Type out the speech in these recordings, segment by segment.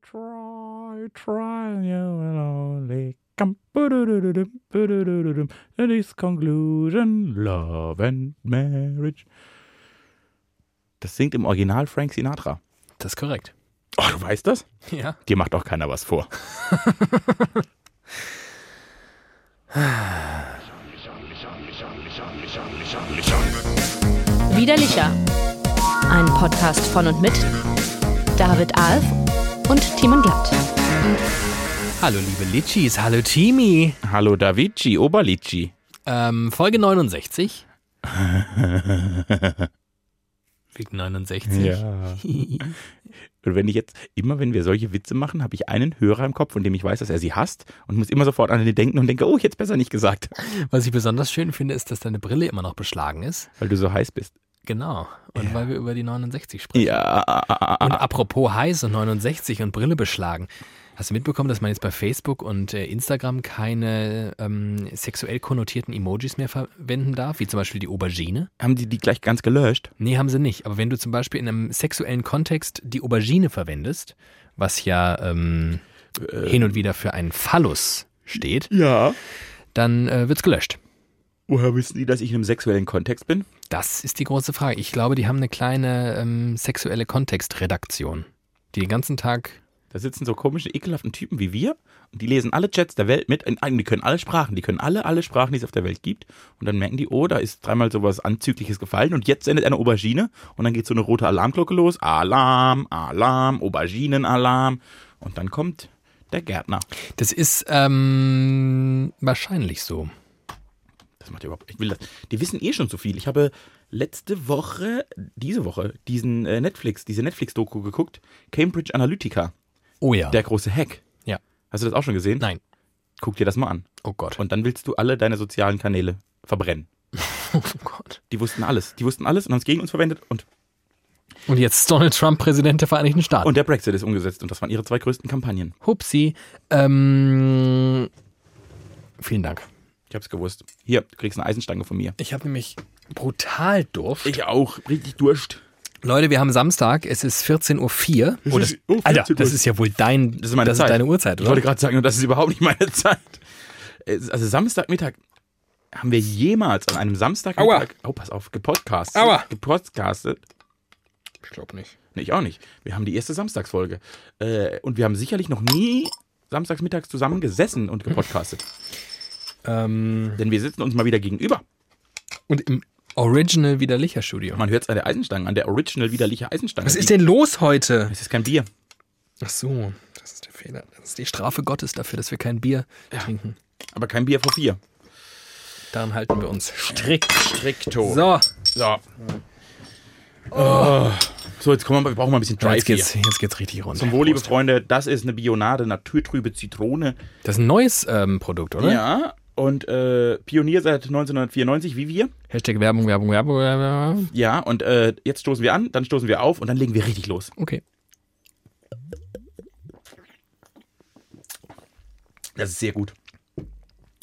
try, try, you will only come. Ba-da-da-da-dum, ba-da-da-da-dum. And this conclusion, love and marriage. Das singt im Original Frank Sinatra. Das ist korrekt. Oh, du weißt das? Ja. Dir macht auch keiner was vor. Widerlicher. Ein Podcast von und mit David Alf und Timon Glatt. Hallo liebe Litschis, hallo Timi. Hallo Davici, Oberlici. Ähm, Folge 69. Wegen 69. Und wenn ich jetzt, immer wenn wir solche Witze machen, habe ich einen Hörer im Kopf, von dem ich weiß, dass er sie hasst und muss immer sofort an ihn denken und denke, oh, ich hätte es besser nicht gesagt, Was ich besonders schön finde, ist, dass deine Brille immer noch beschlagen ist. weil du so heiß bist. Genau. Und weil wir über die 69 sprechen. Ja. Und apropos heiß und 69 und Brille beschlagen. Hast du mitbekommen, dass man jetzt bei Facebook und äh, Instagram keine ähm, sexuell konnotierten Emojis mehr verwenden darf, wie zum Beispiel die Aubergine? Haben die die gleich ganz gelöscht? Nee, haben sie nicht. Aber wenn du zum Beispiel in einem sexuellen Kontext die Aubergine verwendest, was ja ähm, hin und wieder für einen Phallus steht, Ja. dann äh, wird's gelöscht. Woher wissen die, dass ich in einem sexuellen Kontext bin? Das ist die große Frage. Ich glaube, die haben eine kleine ähm, sexuelle Kontextredaktion, die den ganzen Tag. Da sitzen so komische, ekelhaften Typen wie wir und die lesen alle Chats der Welt mit. Und die können alle Sprachen, die können alle, alle Sprachen, die es auf der Welt gibt. Und dann merken die, oh, da ist dreimal sowas Anzügliches gefallen und jetzt sendet eine Aubergine und dann geht so eine rote Alarmglocke los. Alarm, Alarm, Auberginenalarm. Und dann kommt der Gärtner. Das ist ähm, wahrscheinlich so. Das macht ja überhaupt. Ich will das. Die wissen eh schon so viel. Ich habe letzte Woche, diese Woche, diesen äh, Netflix, diese Netflix-Doku geguckt. Cambridge Analytica, Oh ja. der große Hack. Ja. Hast du das auch schon gesehen? Nein. Guck dir das mal an. Oh Gott. Und dann willst du alle deine sozialen Kanäle verbrennen. oh Gott. Die wussten alles. Die wussten alles und haben es gegen uns verwendet. Und, Und jetzt ist Donald Trump Präsident der Vereinigten Staaten. und der Brexit ist umgesetzt. Und das waren ihre zwei größten Kampagnen. Hupsi. Ähm, vielen Dank. Ich hab's gewusst. Hier, du kriegst eine Eisenstange von mir. Ich habe nämlich brutal Durst. Ich auch. Richtig Durst. Leute, wir haben Samstag, es ist 14.04 Uhr. Oh, das, ist- oh, Alter, 14 Uhr. das ist ja wohl dein, Das ist meine Zeit. deine Uhrzeit, Ich wollte oder? gerade sagen, das ist überhaupt nicht meine Zeit. Es- Also Samstagmittag haben wir jemals an einem Samstagmittag, oh pass auf, gepodcastet, Aua. gepodcastet, Ich glaube nicht. nee, ich auch nicht. Wir haben die erste Samstagsfolge äh, und wir haben sicherlich noch nie samstagsmittags zusammen gesessen und gepodcastet, Ähm, denn wir sitzen uns mal wieder gegenüber. und im Original Widerlicher Studio. Man hört es an der Eisenstange, an der original widerliche Eisenstange. Was ist denn los heute? Es ist kein Bier. Ach so, das ist der Fehler. Das ist die Strafe Gottes dafür, dass wir kein Bier trinken. Aber kein Bier vor vier. Daran halten wir uns strikt. Strikto. So. So, So, Oh. Oh. so jetzt kommen wir, wir brauchen mal ein bisschen Dry jetzt geht's, jetzt geht's richtig rund. Zum Wohl, liebe Freunde, das ist eine Bionade, naturtrübe Zitrone. Das ist ein neues ähm, Produkt, oder? Ja. Und äh, Pionier seit 1994, wie wir. Hashtag Werbung, Werbung, Werbung. Werbung. Ja, und äh, jetzt stoßen wir an, dann stoßen wir auf und dann legen wir richtig los. Okay. Das ist sehr gut.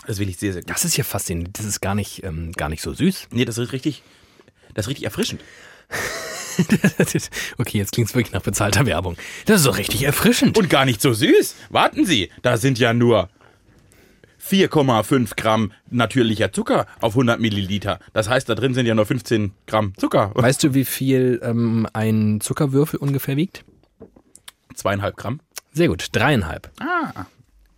Das will ich sehr, sehr gut. Das ist ja faszinierend. Das ist gar nicht, ähm, gar nicht so süß. Nee, das ist richtig, das ist richtig erfrischend. Das ist- okay, jetzt klingt's wirklich nach bezahlter Werbung. Das ist doch richtig erfrischend. Und gar nicht so süß. Warten Sie, da sind ja nur 4,5 Gramm natürlicher Zucker auf 100 Milliliter. Das heißt, da drin sind ja nur 15 Gramm Zucker. weißt du, wie viel ähm, ein Zuckerwürfel ungefähr wiegt? Zweieinhalb Gramm. Sehr gut, dreieinhalb. Ah.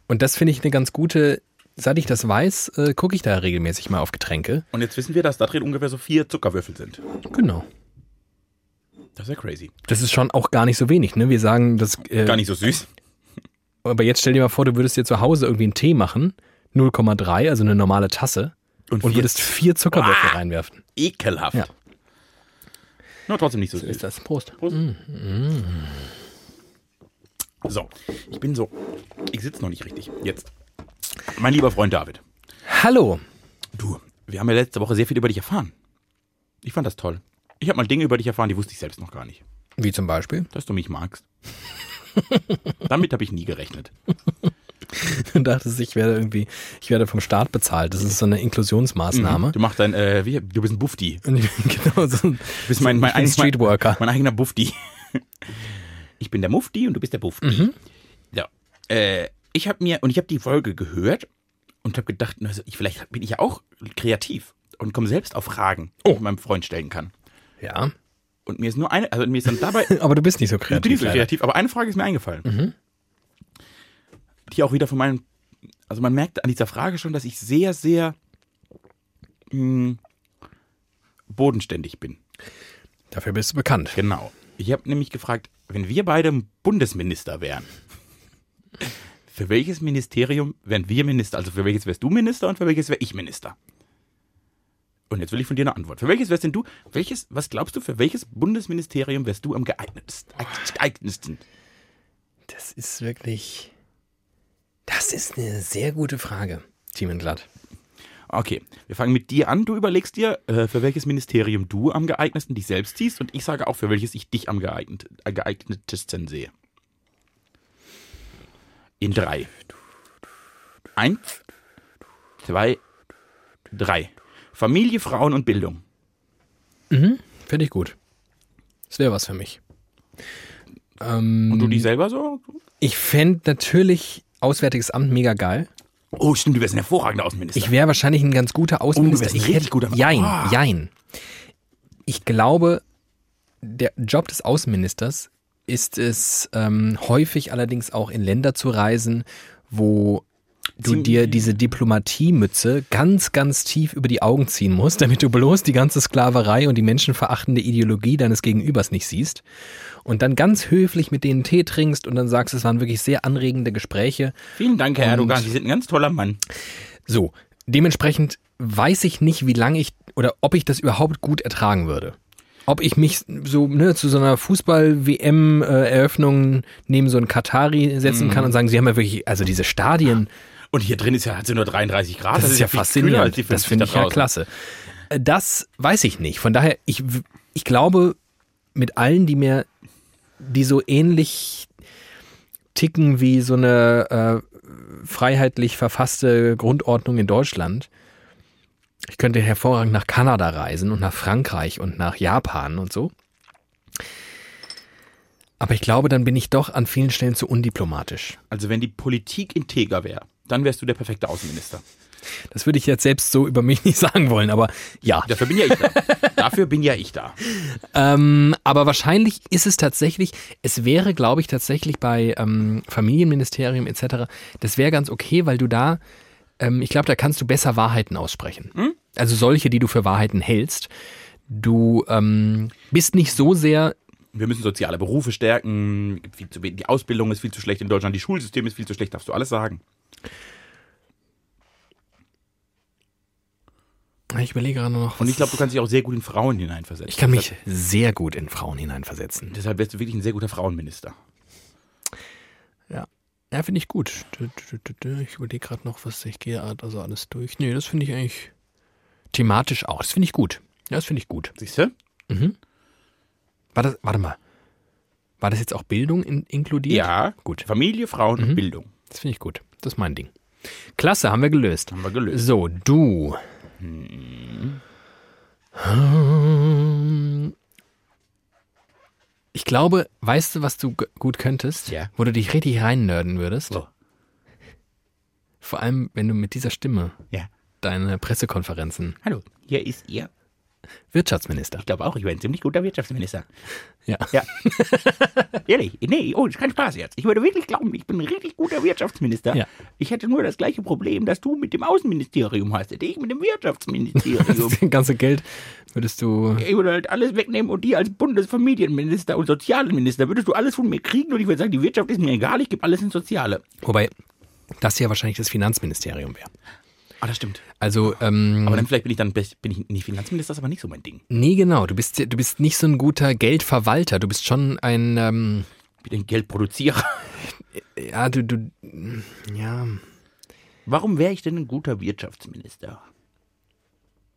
Und das finde ich eine ganz gute, seit ich das weiß, äh, gucke ich da regelmäßig mal auf Getränke. Und jetzt wissen wir, dass da drin ungefähr so vier Zuckerwürfel sind. Genau. Das ist ja crazy. Das ist schon auch gar nicht so wenig, ne? Wir sagen, das. Äh, Gar nicht so süß. Aber jetzt stell dir mal vor, du würdest dir zu Hause irgendwie einen Tee machen, 0,3, also eine normale Tasse, Und, vier und Ah. würdest vier Zuckerwürfel reinwerfen. ekelhaft. Ja. Nur trotzdem nicht so süß. das Prost. So, ich bin so. Ich sitze noch nicht richtig. Jetzt. Mein lieber Freund David, Hallo. du, wir haben ja letzte Woche sehr viel über dich erfahren. Ich fand das toll. Ich habe mal Dinge über dich erfahren, die wusste ich selbst noch gar nicht. Wie zum Beispiel? Dass du mich magst. Damit habe ich nie gerechnet. und dachtest, ich werde irgendwie, ich werde vom Staat bezahlt. Das ist so eine Inklusionsmaßnahme. Du machst dein, äh, wie, du bist ein Bufti. Und ich- genau, so ein, Du bist mein, mein, ich bin mein, Streetworker. mein eigener Bufti. Ich bin der Mufti und du bist der Bufti. äh, ich habe mir, und ich habe die Folge gehört und habe gedacht, na, so, ich, vielleicht bin ich ja auch kreativ und komme selbst auf Fragen, die ich meinem Freund stellen kann. Ja. Und mir ist nur eine, also mir ist dann dabei, Aber du bist nicht so ich kreativ. bin nicht so leider. kreativ, aber eine Frage ist mir eingefallen. Die auch wieder von meinem, also man merkt an dieser Frage schon, dass ich sehr, sehr mh, bodenständig bin. Dafür bist du bekannt. Genau. Ich habe nämlich gefragt, wenn wir beide Bundesminister wären, für welches Ministerium wären wir Minister? Also für welches wärst du Minister und für welches wäre ich Minister? Und jetzt will ich von dir eine Antwort. Für welches wärst denn du? Welches, was glaubst du, für welches Bundesministerium wärst du am geeignetsten? geeignetsten? Das ist wirklich. Das ist eine sehr gute Frage, Team in Glatt. Okay, wir fangen mit dir an. Du überlegst dir, äh, für welches Ministerium du am geeignetsten dich selbst siehst und ich sage auch, für welches ich dich am geeignet, äh, geeignetesten sehe. In drei. Eins, zwei, drei. Familie, Frauen und Bildung. Finde ich gut. Das wäre was für mich. Ähm, Und du dich selber so? ich fände natürlich Auswärtiges Amt mega geil. Oh, stimmt, du wärst ein hervorragender Außenminister. Ich wäre wahrscheinlich ein ganz guter Außenminister. Oh, wärst ein ich richtig guter- Jein, Ah. jein. Ich glaube, der Job des Außenministers ist es ähm, häufig allerdings auch in Länder zu reisen, wo du Ziem- dir diese Diplomatiemütze ganz, ganz tief über die Augen ziehen musst, damit du bloß die ganze Sklaverei und die menschenverachtende Ideologie deines Gegenübers nicht siehst und dann ganz höflich mit denen Tee trinkst und dann sagst, es waren wirklich sehr anregende Gespräche Vielen Dank, Herr Und- Erdogan. Sie sind ein ganz toller Mann. so, dementsprechend weiß ich nicht, wie lange ich oder ob ich das überhaupt gut ertragen würde. Ob ich mich so ne, zu so einer Fußball-WM-Eröffnung neben so einen Katari setzen kann und sagen, sie haben ja wirklich, also diese Stadien, Und hier drin ist ja, hat sie nur 33 Grad. das, ist ja viel kühler als Also faszinierend. die Das 50 finde da ich ja draußen. klasse. Äh, Das weiß ich nicht. Von daher, ich, w- ich glaube, mit allen, die mir, die so ähnlich ticken wie so eine äh, freiheitlich verfasste Grundordnung in Deutschland, ich könnte hervorragend nach Kanada reisen und nach Frankreich und nach Japan und so. Aber ich glaube, dann bin ich doch an vielen Stellen zu undiplomatisch. Also wenn die Politik integer wäre, dann wärst du der perfekte Außenminister. Das würde ich jetzt selbst so über mich nicht sagen wollen, aber ja. Dafür bin ja ich da. Dafür bin ja ich da. Ähm, aber wahrscheinlich ist es tatsächlich, es wäre, glaube ich, tatsächlich bei ähm, Familienministerium etc., das wäre ganz okay, weil du da, ähm, ich glaube, da kannst du besser Wahrheiten aussprechen. Also solche, die du für Wahrheiten hältst. Du ähm, bist nicht so sehr, Wir müssen soziale Berufe stärken. Gibt viel zu wenig. Die Ausbildung ist viel zu schlecht in Deutschland. Die Schulsystem ist viel zu schlecht. Darfst du alles sagen? ich überlege gerade nur noch, Und ich glaube, du kannst dich auch sehr gut in Frauen hineinversetzen. ich kann mich sehr gut in Frauen hineinversetzen. Deshalb wärst du wirklich ein sehr guter Frauenminister. Ja, finde ich gut. Dö, dö, dö, dö, dö. Ich überlege gerade noch, was ich gehe, also alles durch. Nee, das finde ich eigentlich thematisch auch. Das finde ich gut. Ja, das finde ich gut. Siehst du? War das, warte mal. War das jetzt auch Bildung in, inkludiert? Ja. Gut. Familie, Frauen und Bildung. Das finde ich gut. Das ist mein Ding. Klasse, haben wir gelöst. Haben wir gelöst. So, du. Hm. Ich glaube, weißt du, was du g- gut könntest? Ja. Wo du dich richtig reinnörden würdest? Wo? Vor allem, wenn du mit dieser Stimme Ja. deine Pressekonferenzen. Hallo, hier ist ihr. Wirtschaftsminister. Ich glaube auch, ich wäre ein ziemlich guter Wirtschaftsminister. Ja. Ja. Ehrlich? Nee, oh, das ist kein Spaß jetzt. Ich würde wirklich glauben, ich bin ein richtig guter Wirtschaftsminister. Ja. Ich hätte nur das gleiche Problem, das du mit dem Außenministerium hast, hätte ich mit dem Wirtschaftsministerium. Das ganze Geld würdest du ich würde halt alles wegnehmen und dir als Bundesfamilienminister und Sozialminister würdest du alles von mir kriegen und ich würde sagen, die Wirtschaft ist mir egal, ich gebe alles ins Soziale. Wobei das ja wahrscheinlich das Finanzministerium wäre. Ah, das stimmt. Mhm. Also, ähm, Aber dann vielleicht bin ich dann best- bin ich nicht Finanzminister, das ist aber nicht so mein Ding. nee, genau. Du bist, du bist nicht so ein guter Geldverwalter. Du bist schon ein, ähm, Ich bin ein Geldproduzierer. ja, du, du, ja. Warum wäre ich denn ein guter Wirtschaftsminister?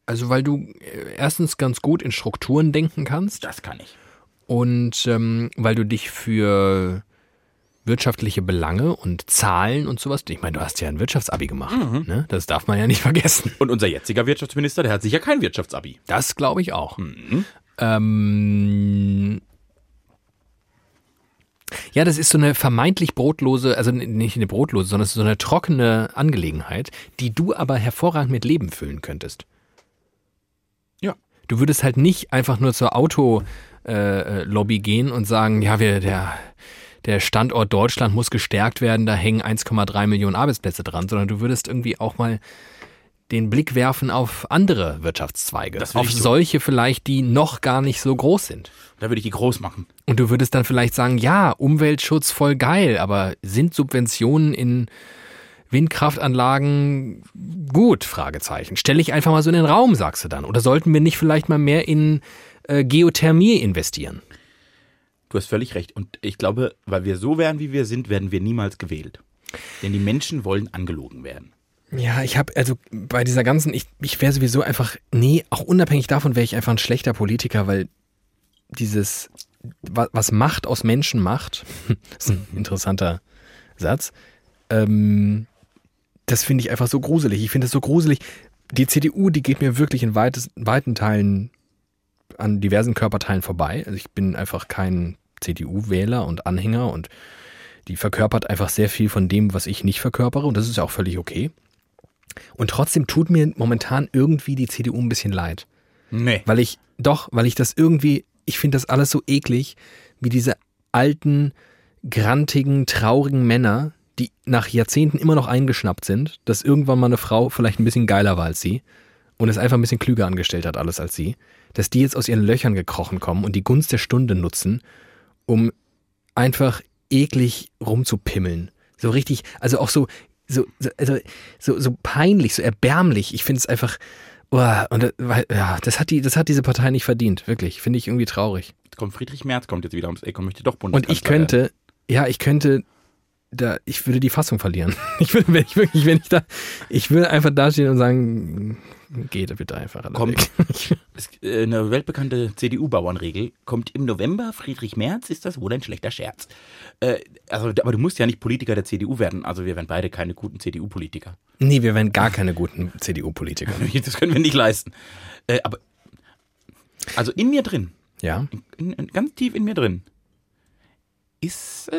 Also, weil du äh, erstens ganz gut in Strukturen denken kannst Das kann ich. und ähm, weil du dich für wirtschaftliche Belange und Zahlen und sowas, ich meine, du hast ja ein Wirtschaftsabi gemacht, ne? Das darf man ja nicht vergessen. Und unser jetziger Wirtschaftsminister, der hat sicher kein Wirtschaftsabi. Das glaube ich auch. Ähm, Ja, das ist so eine vermeintlich brotlose, also n- nicht eine brotlose, sondern es ist so eine trockene Angelegenheit, die du aber hervorragend mit Leben füllen könntest. Ja. Du würdest halt nicht einfach nur zur Autolobby äh, Lobby gehen und sagen, ja, wir, der, der Standort Deutschland muss gestärkt werden, da hängen 1,3 Millionen Arbeitsplätze dran, sondern du würdest irgendwie auch mal den Blick werfen auf andere Wirtschaftszweige, Das will auf ich tun. solche vielleicht, die noch gar nicht so groß sind. Da würde ich die groß machen. Und du würdest dann vielleicht sagen, ja, Umweltschutz voll geil, aber sind Subventionen in Windkraftanlagen gut? Fragezeichen. Stelle ich einfach mal so in den Raum, sagst du dann. Oder sollten wir nicht vielleicht mal mehr in äh, Geothermie investieren? Du hast völlig recht. Und ich glaube, weil wir so wären, wie wir sind, werden wir niemals gewählt. Denn die Menschen wollen angelogen werden. Ja, ich habe also bei dieser ganzen, ich, ich wäre sowieso einfach, nee, auch unabhängig davon wäre ich einfach ein schlechter Politiker, weil dieses, wa- was Macht aus Menschen macht, ist ein interessanter Satz, ähm, das finde ich einfach so gruselig. Ich finde es so gruselig. Die CDU, die geht mir wirklich in weites, weiten Teilen, an diversen Körperteilen vorbei. Also ich bin einfach kein CDU-Wähler und Anhänger und die verkörpert einfach sehr viel von dem, was ich nicht verkörpere und das ist ja auch völlig okay. Und trotzdem tut mir momentan irgendwie die CDU ein bisschen leid. Nee. Weil ich, doch, weil ich das irgendwie, ich finde das alles so eklig, wie diese alten, grantigen, traurigen Männer, die nach Jahrzehnten immer noch eingeschnappt sind, dass irgendwann mal eine Frau vielleicht ein bisschen geiler war als sie und es einfach ein bisschen klüger angestellt hat alles als sie, dass die jetzt aus ihren Löchern gekrochen kommen und die Gunst der Stunde nutzen, um einfach eklig rumzupimmeln. So richtig, also auch so, so, so, also, so, so peinlich, so erbärmlich. Ich finde es einfach, Uah, und das, weil- ja, das hat die, das hat diese Partei nicht verdient, wirklich. Finde ich irgendwie traurig. Jetzt kommt Friedrich Merz kommt jetzt wieder ums Eck und möchte doch Und Bundeskanzler ich könnte, ja, ich könnte, da, ich würde die Fassung verlieren. Ich würde, wenn ich wirklich, wenn ich da, ich würde einfach dastehen und sagen, geht bitte einfach. alle Kommt. weg. Es, äh, eine weltbekannte CDU-Bauernregel kommt im November. Friedrich Merz ist das wohl ein schlechter Scherz. Äh, also, aber du musst ja nicht Politiker der CDU werden. Also wir werden beide keine guten CDU-Politiker. Nee, wir wären gar keine guten CDU-Politiker. Das können wir nicht leisten. Äh, aber also in mir drin, Ja? in, in, ganz tief in mir drin, ist äh,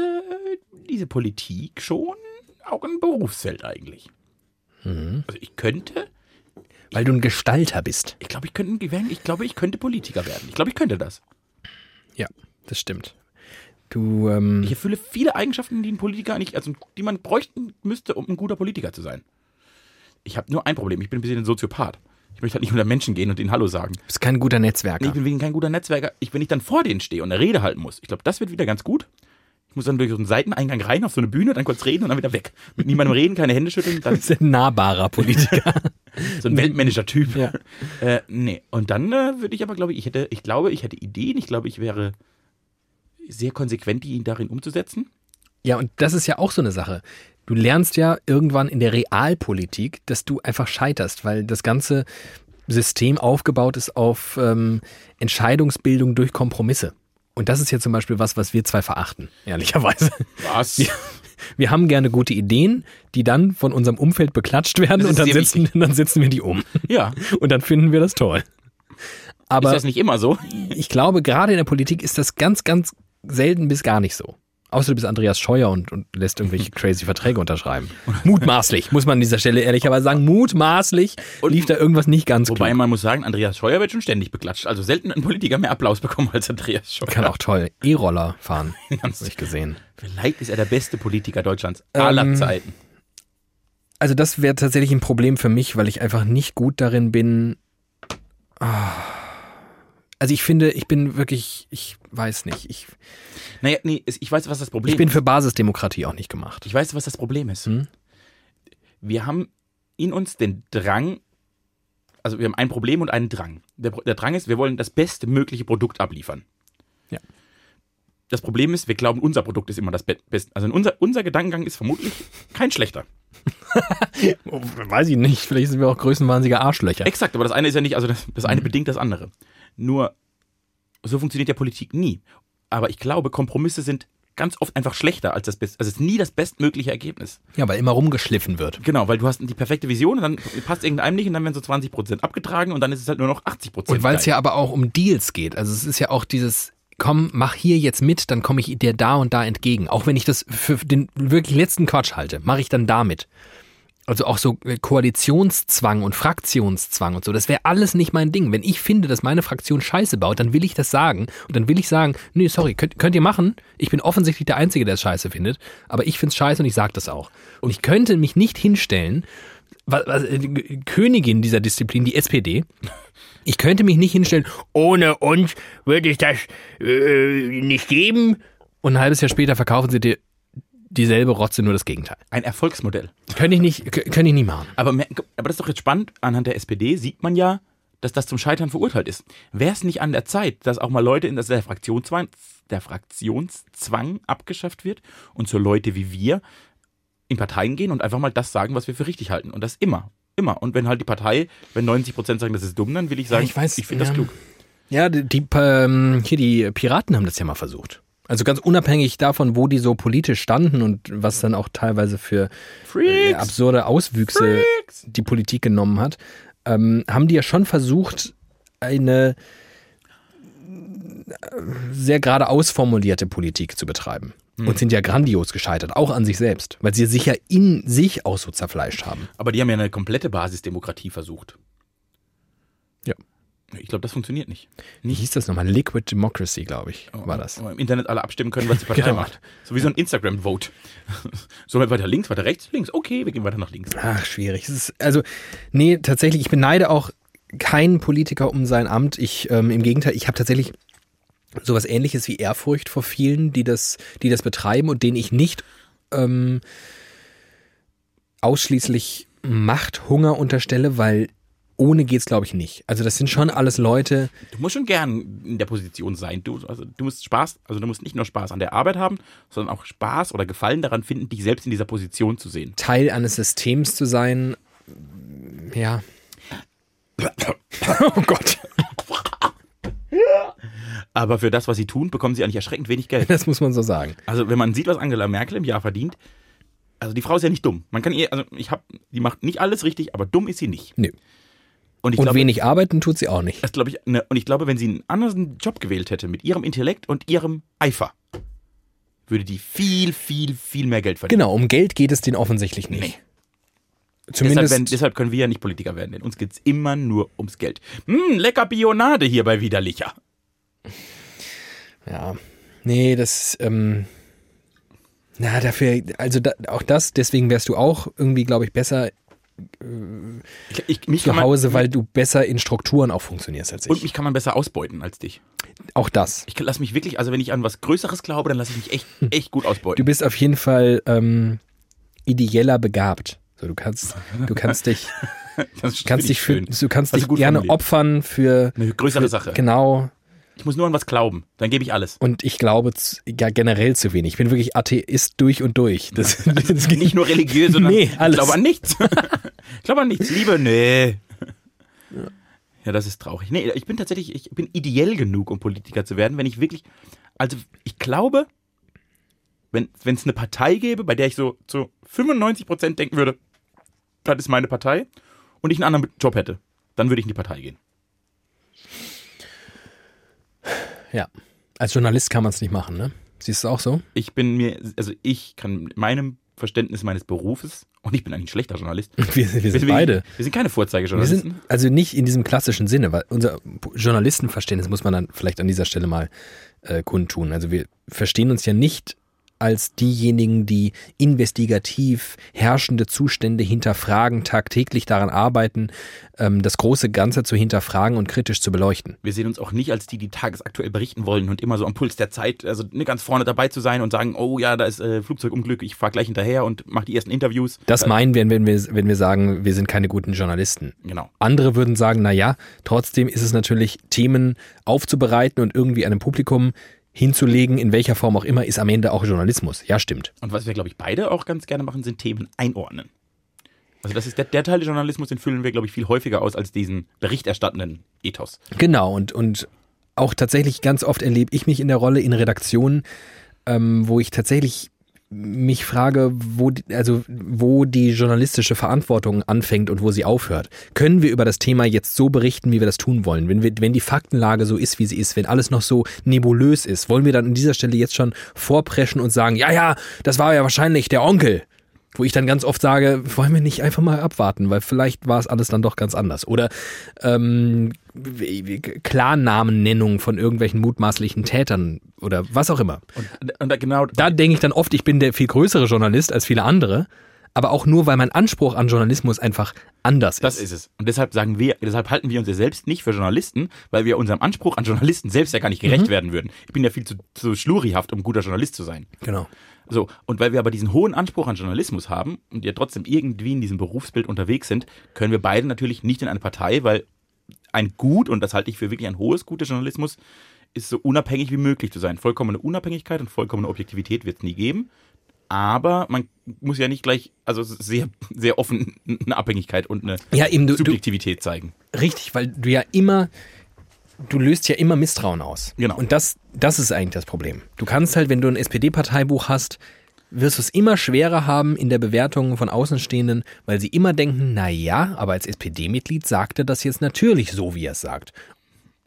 diese Politik schon auch ein Berufsfeld eigentlich. Also ich könnte, Weil du ein Gestalter bist. ich glaube, ich könnte, ich glaube, ich könnte Politiker werden. Ich glaube, ich könnte das. Ja, das stimmt. Du, ähm, Ich erfülle viele Eigenschaften, die ein Politiker eigentlich, also die man bräuchten müsste, um ein guter Politiker zu sein. Ich habe nur ein Problem, ich bin ein bisschen ein Soziopath. Ich möchte halt nicht unter Menschen gehen und ihnen Hallo sagen. bist kein guter Nee, Netzwerker. ich bin wegen kein guter Netzwerker. Ich, wenn ich dann vor denen stehe und eine Rede halten muss, ich glaube, das wird wieder ganz gut. Ich muss dann durch so einen Seiteneingang rein auf so eine Bühne, dann kurz reden und dann wieder weg. Mit niemandem reden, keine Hände schütteln, dann bist ein nahbarer Politiker. so ein Weltmanager-Typ. Ja. Äh, nee. Und dann äh, würde ich aber, glaube ich, ich hätte, ich glaube, ich hätte Ideen, ich glaube, ich wäre sehr konsequent, die darin umzusetzen. Ja, und das ist ja auch so eine Sache. Du lernst ja irgendwann in der Realpolitik, dass du einfach scheiterst, weil das ganze System aufgebaut ist auf ähm, Entscheidungsbildung durch Kompromisse. Und das ist ja zum Beispiel was, was wir zwei verachten, ehrlicherweise. Was? Wir haben gerne gute Ideen, die dann von unserem Umfeld beklatscht werden Das und ist dann sehr setzen, dann setzen wir die um. Ja. Und dann finden wir das toll. Ist Aber das nicht immer so? ich glaube, gerade in der Politik ist das ganz, ganz selten bis gar nicht so. Außer du bist Andreas Scheuer und, und lässt irgendwelche crazy Verträge unterschreiben. Mutmaßlich, muss man an dieser Stelle ehrlicherweise sagen. Mutmaßlich lief da irgendwas nicht ganz Wobei klug. man muss sagen, Andreas Scheuer wird schon ständig beklatscht. Also selten ein Politiker mehr Applaus bekommen als Andreas Scheuer. Kann auch toll E-Roller fahren, Ganz habe ich gesehen. Vielleicht ist er der beste Politiker Deutschlands aller Ähm, Zeiten. Also das wäre tatsächlich ein Problem für mich, weil ich einfach nicht gut darin bin. Ah. Also ich finde, ich bin wirklich, ich weiß nicht, ich, Naja, nee, es- ich weiß, was das Problem ich bin ist. für Basisdemokratie auch nicht gemacht. Ich weiß, was das Problem ist. Hm? Wir haben in uns den Drang, also wir haben ein Problem und einen Drang. Der, Pro- der Drang ist, wir wollen das beste mögliche Produkt abliefern. Ja. Das Problem ist, wir glauben, unser Produkt ist immer das Be- Beste. Also unser, unser Gedankengang ist vermutlich kein schlechter. Oh, weiß ich nicht, vielleicht sind wir auch größenwahnsinnige Arschlöcher. Exakt, aber das eine ist ja nicht, also das, das eine bedingt das andere. Nur, so funktioniert ja Politik nie. Aber ich glaube, Kompromisse sind ganz oft einfach schlechter als das Beste. Also es ist nie das bestmögliche Ergebnis. Ja, weil immer rumgeschliffen wird. Genau, weil du hast die perfekte Vision und dann passt irgendeinem nicht und dann werden so 20% abgetragen und dann ist es halt nur noch 80%. Und weil es geil. ja aber auch um Deals geht. Also es ist ja auch dieses komm, mach hier jetzt mit, dann komme ich dir da und da entgegen. Auch wenn ich das für den wirklich letzten Quatsch halte, mache ich dann damit. Also auch so Koalitionszwang und Fraktionszwang und so, das wäre alles nicht mein Ding. Wenn ich finde, dass meine Fraktion Scheiße baut, dann will ich das sagen. Und dann will ich sagen, nee, sorry, könnt, könnt ihr machen. Ich bin offensichtlich der Einzige, der es Scheiße findet. Aber ich finde es Scheiße und ich sage das auch. Und ich könnte mich nicht hinstellen, was, was, äh, Königin dieser Disziplin, die SPD, ich könnte mich nicht hinstellen, ohne uns würde ich das äh, nicht geben. Und ein halbes Jahr später verkaufen sie dir dieselbe Rotze, nur das Gegenteil. Ein Erfolgsmodell. Könnte ich nicht, k- könnte ich nie machen. Aber, mer- aber das ist doch jetzt spannend. Anhand der SPD sieht man ja, dass das zum Scheitern verurteilt ist. Wäre es nicht an der Zeit, dass auch mal Leute in dass der Fraktionszwang, der Fraktionszwang abgeschafft wird und so Leute wie wir in Parteien gehen und einfach mal das sagen, was wir für richtig halten. Und das immer. Immer. Und wenn halt die Partei, wenn 90% sagen, das ist dumm, dann will ich sagen, ich weiß, finde das ja. klug. Ja, die, die, ähm, hier die Piraten haben das ja mal versucht. Also ganz unabhängig davon, wo die so politisch standen und was dann auch teilweise für äh, Freaks! absurde Auswüchse Freaks! die Politik genommen hat, ähm, haben die ja schon versucht, eine äh, sehr geradeaus formulierte Politik zu betreiben. Hm. Und sind ja grandios gescheitert, auch an sich selbst, weil sie sich ja in sich auch so zerfleischt haben. Aber die haben ja eine komplette Basisdemokratie versucht. Ja. Ich glaube, das funktioniert nicht. Oh, Wie hieß das nochmal? Liquid Democracy, glaube ich, war das. Wo Im Internet alle abstimmen können, was die Partei Genau. macht. So wie so ein Instagram-Vote. so weiter links, weiter rechts, links. Okay, wir gehen weiter nach links. Ach, schwierig. Es ist, also, nee, tatsächlich, ich beneide auch keinen Politiker um sein Amt. Ich, ähm, im Gegenteil, ich habe tatsächlich sowas ähnliches wie Ehrfurcht vor vielen, die das, die das betreiben und denen ich nicht ähm, ausschließlich Macht, Hunger unterstelle, weil ohne geht's, glaube ich, nicht. Also, das sind schon alles Leute, Du musst schon gern in der Position sein. Du, also, du musst Spaß, also du musst nicht nur Spaß an der Arbeit haben, sondern auch Spaß oder Gefallen daran finden, dich selbst in dieser Position zu sehen. Teil eines Systems zu sein. Ja. Oh Gott, Aber für das, was sie tun, bekommen sie eigentlich erschreckend wenig Geld. das muss man so sagen. Also wenn man sieht, was Angela Merkel im Jahr verdient, also die Frau ist ja nicht dumm. Man kann ihr, also ich habe, die macht nicht alles richtig, aber dumm ist sie nicht. Nö. Und ich Und glaube, wenig arbeiten tut sie auch nicht. das glaube ich, ne, und ich glaube, wenn sie einen anderen Job gewählt hätte mit ihrem Intellekt und ihrem Eifer, würde die viel, viel, viel mehr Geld verdienen. Genau, um Geld geht es denen offensichtlich nicht. Zumindest. Deshalb, werden, deshalb können wir ja nicht Politiker werden, denn uns geht's immer nur ums Geld. Hm, lecker Bionade hier bei Widerlicher. ja. Nee, das. Ähm, na, dafür. Also da, auch das, deswegen wärst du auch irgendwie, glaube ich, besser Ich, ich, mich kann zu man, Hause, weil du besser in Strukturen auch funktionierst als und ich. mich kann man besser ausbeuten als dich. Auch das. Ich lasse mich wirklich, also wenn ich an was Größeres glaube, dann lasse ich mich echt, Hm. echt gut ausbeuten. Du bist auf jeden Fall ähm, ideeller begabt. So, du kannst, du kannst dich, Das kannst finde dich, ich für, schön. du kannst Hast dich du gut gerne formuliert. opfern für Eine größere für- Sache. Genau. Ich muss nur an was glauben, dann gebe ich alles. Und ich glaube z- ja generell zu wenig. Ich bin wirklich Atheist durch und durch. Das, das geht Nicht nur religiös, sondern Nee, alles. ich glaube an nichts. ich glaube an nichts. Liebe, nee. Ja, das ist traurig. Nee, ich bin tatsächlich, ich bin ideell genug, um Politiker zu werden, wenn ich wirklich, also ich glaube, wenn es eine Partei gäbe, bei der ich so zu 95% denken würde, das ist meine Partei und ich einen anderen Job hätte, dann würde ich in die Partei gehen. Ja. Als Journalist kann man es nicht machen, ne? Siehst du es auch so? ich bin mir, also ich kann mit meinem Verständnis meines Berufes, und ich bin eigentlich ein schlechter Journalist. Wir, wir Wir sind beide. Wir sind keine Wir Vorzeigejournalisten. sind also nicht in diesem klassischen Sinne, weil unser Journalistenverständnis muss man dann vielleicht an dieser Stelle mal äh, kundtun. Also wir verstehen uns ja nicht als diejenigen, die investigativ herrschende Zustände hinterfragen, tagtäglich daran arbeiten, ähm, das große Ganze zu hinterfragen und kritisch zu beleuchten. wir sehen uns auch nicht als die, die tagesaktuell berichten wollen und immer so am Puls der Zeit, also ne, ganz vorne dabei zu sein und sagen, oh ja, da ist äh, Flugzeugunglück, ich fahr gleich hinterher und mache die ersten Interviews. Äh, Das meinen wir, wenn wir, wenn wir sagen, wir sind keine guten Journalisten. Genau. Andere würden sagen, na ja, trotzdem ist es natürlich, Themen aufzubereiten und irgendwie einem Publikum hinzulegen, in welcher Form auch immer, ist am Ende auch Journalismus. Ja, stimmt. Und was wir, glaube ich, beide auch ganz gerne machen, sind Themen einordnen. Also das ist der, der Teil des Journalismus, den füllen wir, glaube ich, viel häufiger aus als diesen berichterstattenden Ethos. Genau, und, und auch tatsächlich ganz oft erlebe ich mich in der Rolle in Redaktionen, ähm, wo ich tatsächlich mich frage, wo, die- also wo die journalistische Verantwortung anfängt und wo sie aufhört. Können wir über das Thema jetzt so berichten, wie wir das tun wollen? Wenn, wir, wenn die Faktenlage so ist, wie sie ist, wenn alles noch so nebulös ist, wollen wir dann an dieser Stelle jetzt schon vorpreschen und sagen, ja, ja, das war ja wahrscheinlich der Onkel. Wo ich dann ganz oft sage, wollen wir nicht einfach mal abwarten, weil vielleicht war es alles dann doch ganz anders. Oder ähm, wie- wie- Klarnamennennung von irgendwelchen mutmaßlichen Tätern oder was auch immer Und, und da genau, da denke ich dann oft, ich bin der viel größere Journalist als viele andere, aber auch nur, weil mein Anspruch an Journalismus einfach anders das ist. ist es. Und deshalb sagen wir, deshalb halten wir uns ja selbst nicht für Journalisten, weil wir unserem Anspruch an Journalisten selbst ja gar nicht Mhm. gerecht werden würden. Ich bin ja viel zu, zu schlurihaft, um guter Journalist zu sein. Genau. So, und weil wir aber diesen hohen Anspruch an Journalismus haben und ja trotzdem irgendwie in diesem Berufsbild unterwegs sind, können wir beide natürlich nicht in eine Partei, weil ein gut, und das halte ich für wirklich ein hohes guter Journalismus, ist so unabhängig wie möglich zu sein. Vollkommene Unabhängigkeit und vollkommene Objektivität wird es nie geben. Aber man muss ja nicht gleich, also sehr, sehr offen eine Abhängigkeit und eine Ja, eben, du, du, Subjektivität zeigen. richtig, weil du ja immer, du löst ja immer Misstrauen aus. Genau. Und das, das ist eigentlich das Problem. Du kannst halt, wenn du ein SPD-Parteibuch hast, wirst du es immer schwerer haben in der Bewertung von Außenstehenden, weil sie immer denken, na ja, aber als SPD-Mitglied sagt er das jetzt natürlich so, wie er es sagt.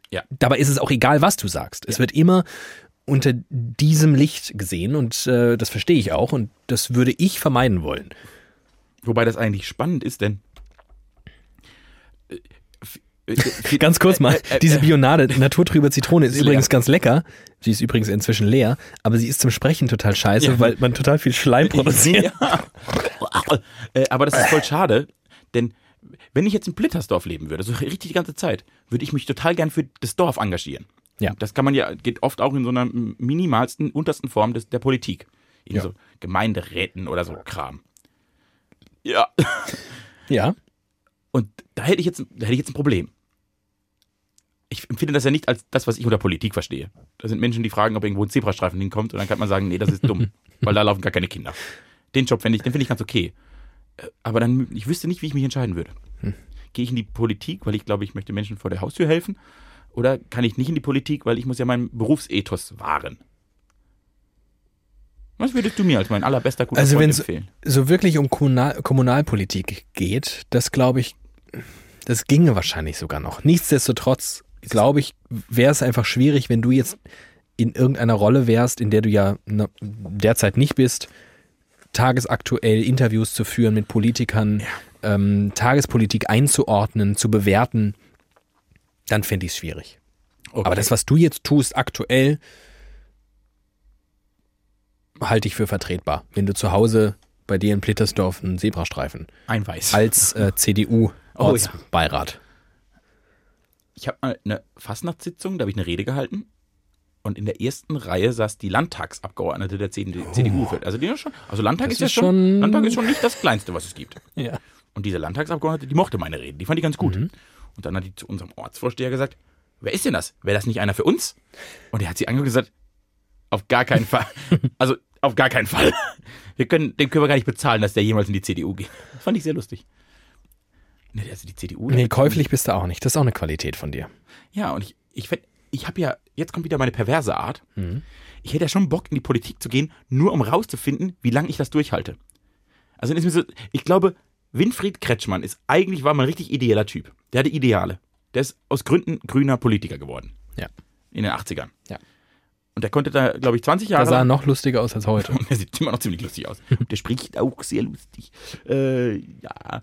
Ja. dabei ist es auch egal, was du sagst. Es wird immer unter diesem Licht gesehen und äh, das verstehe ich auch und das würde ich vermeiden wollen. Wobei das eigentlich spannend ist, denn. äh, f- äh, f- Ganz kurz mal, äh, äh, diese Bionade, naturtrübe Zitrone, ist Ist übrigens ganz lecker. Sie ist übrigens inzwischen leer, aber sie ist zum Sprechen total scheiße, Ja. weil man total viel Schleim produziert. Ja. Äh, Aber das ist voll schade, denn wenn ich jetzt in Blittersdorf leben würde, so richtig die ganze Zeit, würde ich mich total gern für das Dorf engagieren. Ja. Das kann man ja, geht oft auch in so einer minimalsten, untersten Form des, der Politik. In Ja. so Gemeinderäten oder so Kram. Ja. Ja. Und da hätte ich jetzt, da hätte ich jetzt ein Problem. Ich empfinde das ja nicht als das, was ich unter Politik verstehe. Da sind Menschen, die fragen, ob irgendwo ein Zebrastreifen hinkommt und dann kann man sagen, nee, das ist dumm, weil da laufen gar keine Kinder. Den Job finde ich, den finde ich ganz okay. Äh, Aber dann, ich wüsste nicht, wie ich mich entscheiden würde. Gehe ich in die Politik, weil ich glaube, ich möchte Menschen vor der Haustür helfen? Oder kann ich nicht in die Politik, weil ich muss ja meinen Berufsethos wahren? Was würdest du mir als mein allerbester guter Also Freund wenn es empfehlen? so wirklich um Kommunal Kommunalpolitik geht, das glaube ich, das ginge wahrscheinlich sogar noch. Nichtsdestotrotz, glaube ich, wäre es einfach schwierig, wenn du jetzt in irgendeiner Rolle wärst, in der du ja na- derzeit nicht bist, tagesaktuell Interviews zu führen mit Politikern, ähm, Tagespolitik einzuordnen, zu bewerten, dann fände ich es schwierig. Aber das, was du jetzt tust, aktuell, halte ich für vertretbar. Wenn du zu Hause bei dir in Plittersdorf einen Zebrastreifen ein Weiß. als äh, Oh, CDU-Ortsbeirat. ich habe mal eine Fastnachtssitzung, da habe ich eine Rede gehalten. Und in der ersten Reihe saß die Landtagsabgeordnete der CDU. für- Also, die ist schon, also Landtag Oh. Das ist ja ist schon, schon- Landtag ist schon nicht das Kleinste, was es gibt. ja. Und diese Landtagsabgeordnete, die mochte meine Rede, die fand die ganz gut. Mhm. Und dann hat die zu unserem Ortsvorsteher gesagt, wer ist denn das? Wäre das nicht einer für uns? Und er hat sie angeguckt und gesagt, auf gar keinen Fall. also, auf gar keinen Fall. Wir können, den können wir gar nicht bezahlen, dass der jemals in die CDU geht. Das fand ich sehr lustig. Nee, Also die CDU. Nee, käuflich bist du auch nicht. Das ist auch eine Qualität von dir. Ja, und ich, ich, fänd- ich habe ja, jetzt kommt wieder meine perverse Art. Mhm. Ich hätte ja schon Bock, in die Politik zu gehen, nur um rauszufinden, wie lange ich das durchhalte. Also dann ist mir so, ich glaube, Winfried Kretschmann ist eigentlich, war mal ein richtig ideeller Typ. Der hatte Ideale. Der ist aus Gründen grüner Politiker geworden. Ja. In den 80ern. Ja. Und der konnte da, glaube ich, 20 Da Jahre sah er noch lustiger aus als heute. und der sieht immer noch ziemlich lustig aus. Der spricht auch sehr lustig. Äh, ja.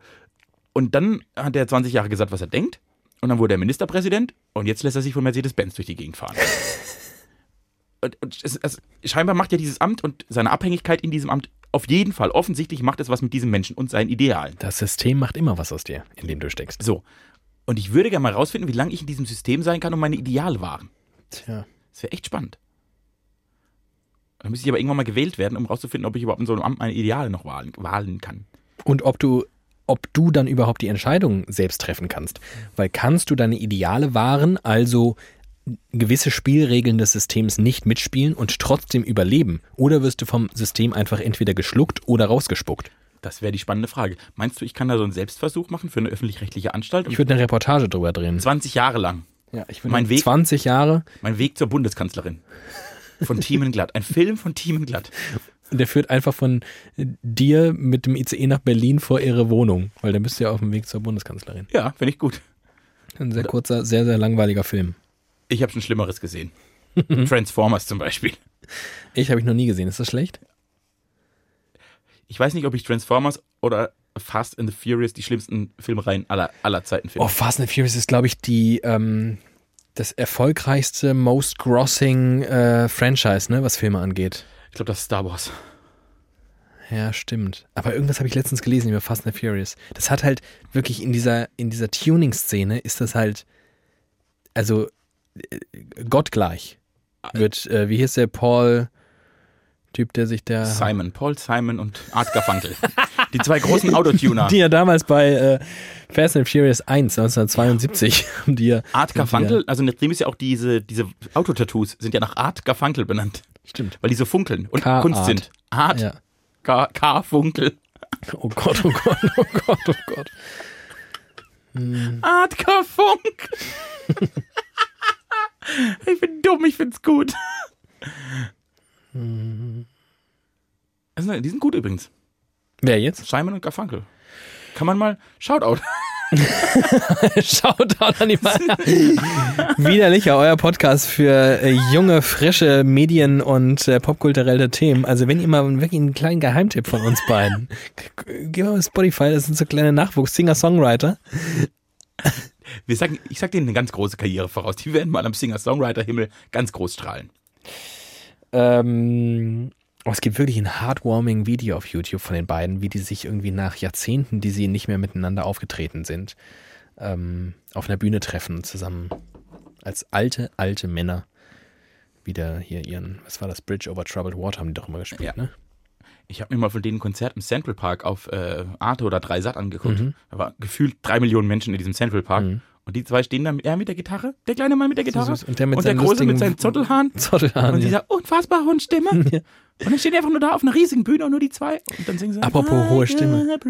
Und dann hat er 20 Jahre gesagt, was er denkt. Und dann wurde er Ministerpräsident. Und jetzt lässt er sich von Mercedes-Benz durch die Gegend fahren. und, und es, es, scheinbar macht ja dieses Amt und seine Abhängigkeit in diesem Amt auf jeden Fall offensichtlich macht es was mit diesem Menschen und seinen Idealen. Das System macht immer was aus dir, in dem du steckst. So. Und ich würde gerne mal rausfinden, wie lange ich in diesem System sein kann und meine Ideale wahren. Tja. Das wäre echt spannend. Dann müsste ich aber irgendwann mal gewählt werden, um rauszufinden, ob ich überhaupt in so einem Amt meine Ideale noch wahlen, wahlen kann. Und ob du, ob du dann überhaupt die Entscheidung selbst treffen kannst. Weil kannst du deine Ideale wahren, also gewisse Spielregeln des Systems nicht mitspielen und trotzdem überleben? Oder wirst du vom System einfach entweder geschluckt oder rausgespuckt? Das wäre die spannende Frage. Meinst du, ich kann da so einen Selbstversuch machen für eine öffentlich-rechtliche Anstalt? Ich würde eine Reportage drüber drehen. 20 Jahre lang. Ja, ich würde- Mein Weg- 20 Jahre Mein Weg zur Bundeskanzlerin. Von Thiemenglatt. Ein Film von Thiemenglatt. Und der führt einfach von dir mit dem ICE nach Berlin vor ihre Wohnung, weil dann bist du ja auf dem Weg zur Bundeskanzlerin. Ja, finde ich gut. Ein sehr kurzer, sehr, sehr langweiliger Film. Ich habe schon Schlimmeres gesehen. Transformers zum Beispiel. Ich habe ich noch nie gesehen. Ist das schlecht? Ich weiß nicht, ob ich Transformers oder Fast and the Furious die schlimmsten Filmreihen aller, aller Zeiten finde. Oh, Fast and the Furious ist, glaube ich, die, ähm, das erfolgreichste, most grossing äh, Franchise, ne, was Filme angeht. Ich glaube, das ist Star Wars. Ja, stimmt. Aber irgendwas habe ich letztens gelesen über Fast and the Furious. Das hat halt wirklich in dieser, in dieser Tuning-Szene ist das halt, also äh, gottgleich. Wird, äh, wie hieß der Paul, Typ, der sich der. Simon, Paul Simon und Art Garfunkel. die zwei großen Autotuner. Die ja damals bei äh, Fast and Furious 1 1972 haben die ja. Art sind die Garfunkel, Ja, also nachdem ist ja auch diese, diese Autotattoos sind ja nach Art Garfunkel benannt, stimmt. weil die so funkeln und K-Art. Kunst sind. Art Ja. Gar- Garfunkel. Oh Gott, oh Gott, oh Gott, oh Gott. Mhm. Art Garfunkel. ich bin dumm, ich find's gut. Mhm. Also, die sind gut übrigens. Wer jetzt? Simon und Garfunkel. Kann man mal Shoutout. Shoutout an die Mann. Widerlicher, euer Podcast für äh, junge, frische Medien und äh, popkulturelle Themen. Also wenn ihr mal wirklich einen kleinen Geheimtipp von uns beiden. Geh mal auf Spotify, das sind so kleine Nachwuchs-Singer-Songwriter. Wir sagen, ich sag denen eine ganz große Karriere voraus. Die werden mal am Singer-Songwriter-Himmel ganz groß strahlen. Ähm, oh, es gibt wirklich ein heartwarming Video auf YouTube von den beiden, wie die sich irgendwie nach Jahrzehnten, die sie nicht mehr miteinander aufgetreten sind, ähm, auf einer Bühne treffen und zusammen als alte, alte Männer wieder hier ihren, was war das, Bridge over Troubled Water haben die doch immer gespielt, Ja. ne? Ich habe mir mal von denen ein Konzert im Central Park auf äh, Arte oder Dreisat angeguckt. Mhm. Da war gefühlt drei Millionen Menschen in diesem Central Park. Und die zwei stehen da, er mit der Gitarre, der kleine Mann mit der Gitarre süß. Und der mit und der seinen große lustigen- mit seinen Zottelhaaren Zottelhaaren, und ja. dieser unfassbar hohen Stimme. Und dann stehen die einfach nur da auf einer riesigen Bühne und nur die zwei. Und dann singen sie. Apropos hohe Stimme. Und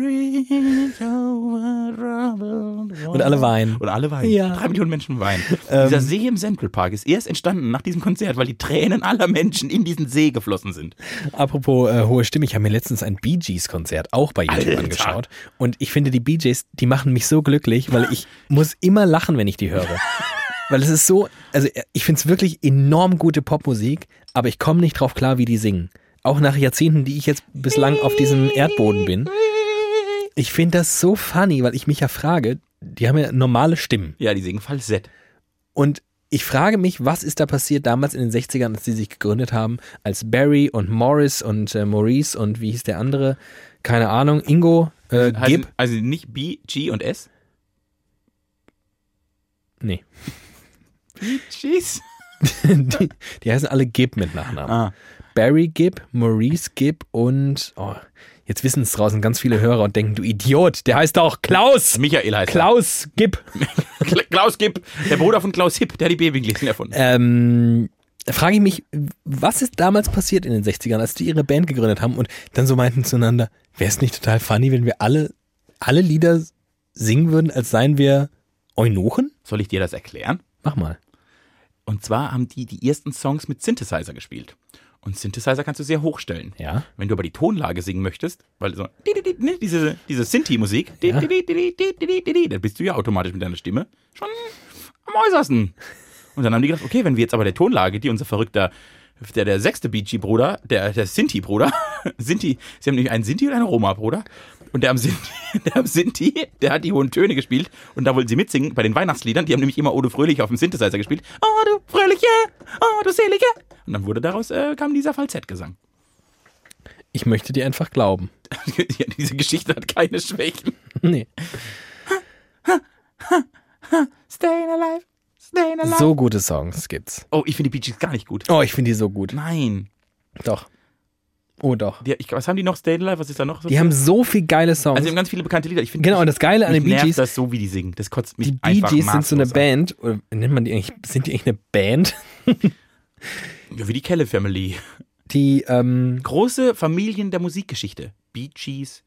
Und alle weinen. Und alle weinen. Ja. Ähm. Drei Millionen Menschen weinen. Dieser See im Central Park ist erst entstanden nach diesem Konzert, weil die Tränen aller Menschen in diesen See geflossen sind. Apropos äh, hohe Stimme, ich habe mir letztens ein Bee Gees Konzert auch bei YouTube Alter. angeschaut und ich finde die Bee Gees, die machen mich so glücklich, weil ich muss immer lachen, wenn ich die höre. Weil es ist so, also äh, ich finde es wirklich enorm gute Popmusik, aber ich komme nicht drauf klar, wie die singen. Auch nach Jahrzehnten, die ich jetzt bislang auf diesem Erdboden bin. Ich finde das so funny, weil ich mich ja frage, die haben ja normale Stimmen. Ja, die singen Falsett. Und ich frage mich, was ist da passiert damals in den 60ern, als die sich gegründet haben, als Barry und Morris und äh, Maurice und wie hieß der andere? Keine Ahnung, Ingo, äh, Also, Gib? also nicht B, G und S. Nee. Tschüss. die, die heißen alle Gib mit Nachnamen. Ah. Barry Gibb, Maurice Gibb und oh, jetzt wissen es draußen ganz viele Hörer und denken, du Idiot, der heißt doch Klaus! Michael heißt er. Klaus Gibb. Klaus Gibb, der Bruder von Klaus Hipp, der hat die Babygläschen erfunden. Ähm, da frage ich mich, was ist damals passiert in den 60ern, als die ihre Band gegründet haben und dann so meinten zueinander, wäre es nicht total funny, wenn wir alle, alle Lieder singen würden, als seien wir Eunuchen? Soll ich dir das erklären? Mach mal. Und zwar haben die die ersten Songs mit Synthesizer gespielt. Und Synthesizer kannst du sehr hochstellen. Ja. Wenn du aber die Tonlage singen möchtest, weil so di- di- di- ne, diese, diese Synthi-Musik, di- Ja. di- di- di- di- di- di- di- di, dann bist du ja automatisch mit deiner Stimme schon am äußersten. Und dann haben die gedacht, okay, wenn wir jetzt aber der Tonlage, die unser verrückter, der, der sechste Beachy-Bruder, der, der Sinti-Bruder, Sinti, sie haben nämlich einen Sinti und einen Roma-Bruder. Und der am, Sinti, der am Sinti, der hat die hohen Töne gespielt. Und da wollten sie mitsingen bei den Weihnachtsliedern. Die haben nämlich immer Odo Fröhliche auf dem Synthesizer gespielt. Oh, du Fröhliche, oh, du Selige. Und dann wurde daraus, äh, kam dieser Falsettgesang. Ich möchte dir einfach glauben. Ja, diese Geschichte hat keine Schwächen. nee. Stayin' alive, stayin' alive. So gute Songs gibt's. Oh, ich finde die Bee Gees gar nicht gut. Oh, ich finde die so gut. Nein. Doch. Oh, doch. Die, ich, was haben die noch? Stayin' alive, was ist da noch? Die haben so viel geile Songs. also die haben ganz viele bekannte Lieder. Ich finde genau, und das Geile an mich den Bee nervt Gees, das so, wie die singen. Das kotzt mich Die Bee einfach Gees sind so eine maßlos an. Band. Oder nennt man die eigentlich, sind die eigentlich eine Band? Ja, wie die Kelle Family. Die, ähm, Große Familien der Musikgeschichte. Bee Gees,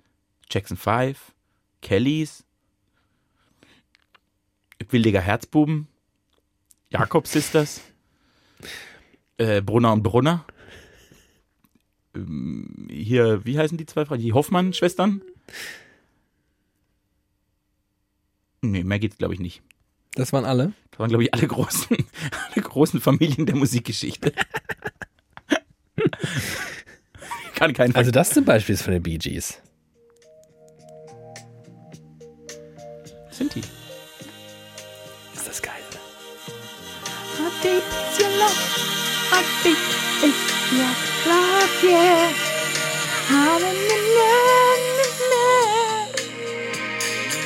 Jackson 5, Kellys, Wildiger Herzbuben, Jakob Sisters, äh, Brunner und Brunner, ähm, hier, wie heißen die zwei Frauen? Die Hoffmann-Schwestern? Nee, mehr geht's, glaube ich, nicht. Das waren alle. Das waren, glaube ich, alle großen, alle großen Familien der Musikgeschichte. Kann keinen Fall. Also das zum Beispiel ist von den Bee Gees. sind die. Ist das geil. How deep is your love? How deep is your love? Yeah. How in the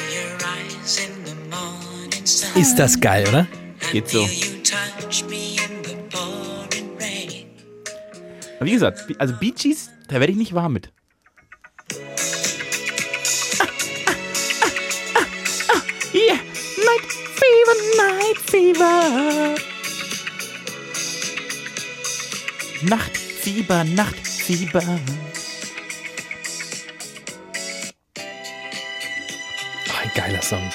Your eyes in the morning sun. Ist das geil, oder? Geht so. You touch me in the pouring rain. Aber wie gesagt, Be- also Bee Gees, da werde ich nicht warm mit. Yeah, night fever, night fever. Nachtfieber, Nachtfieber. Oh, ein geiler Song.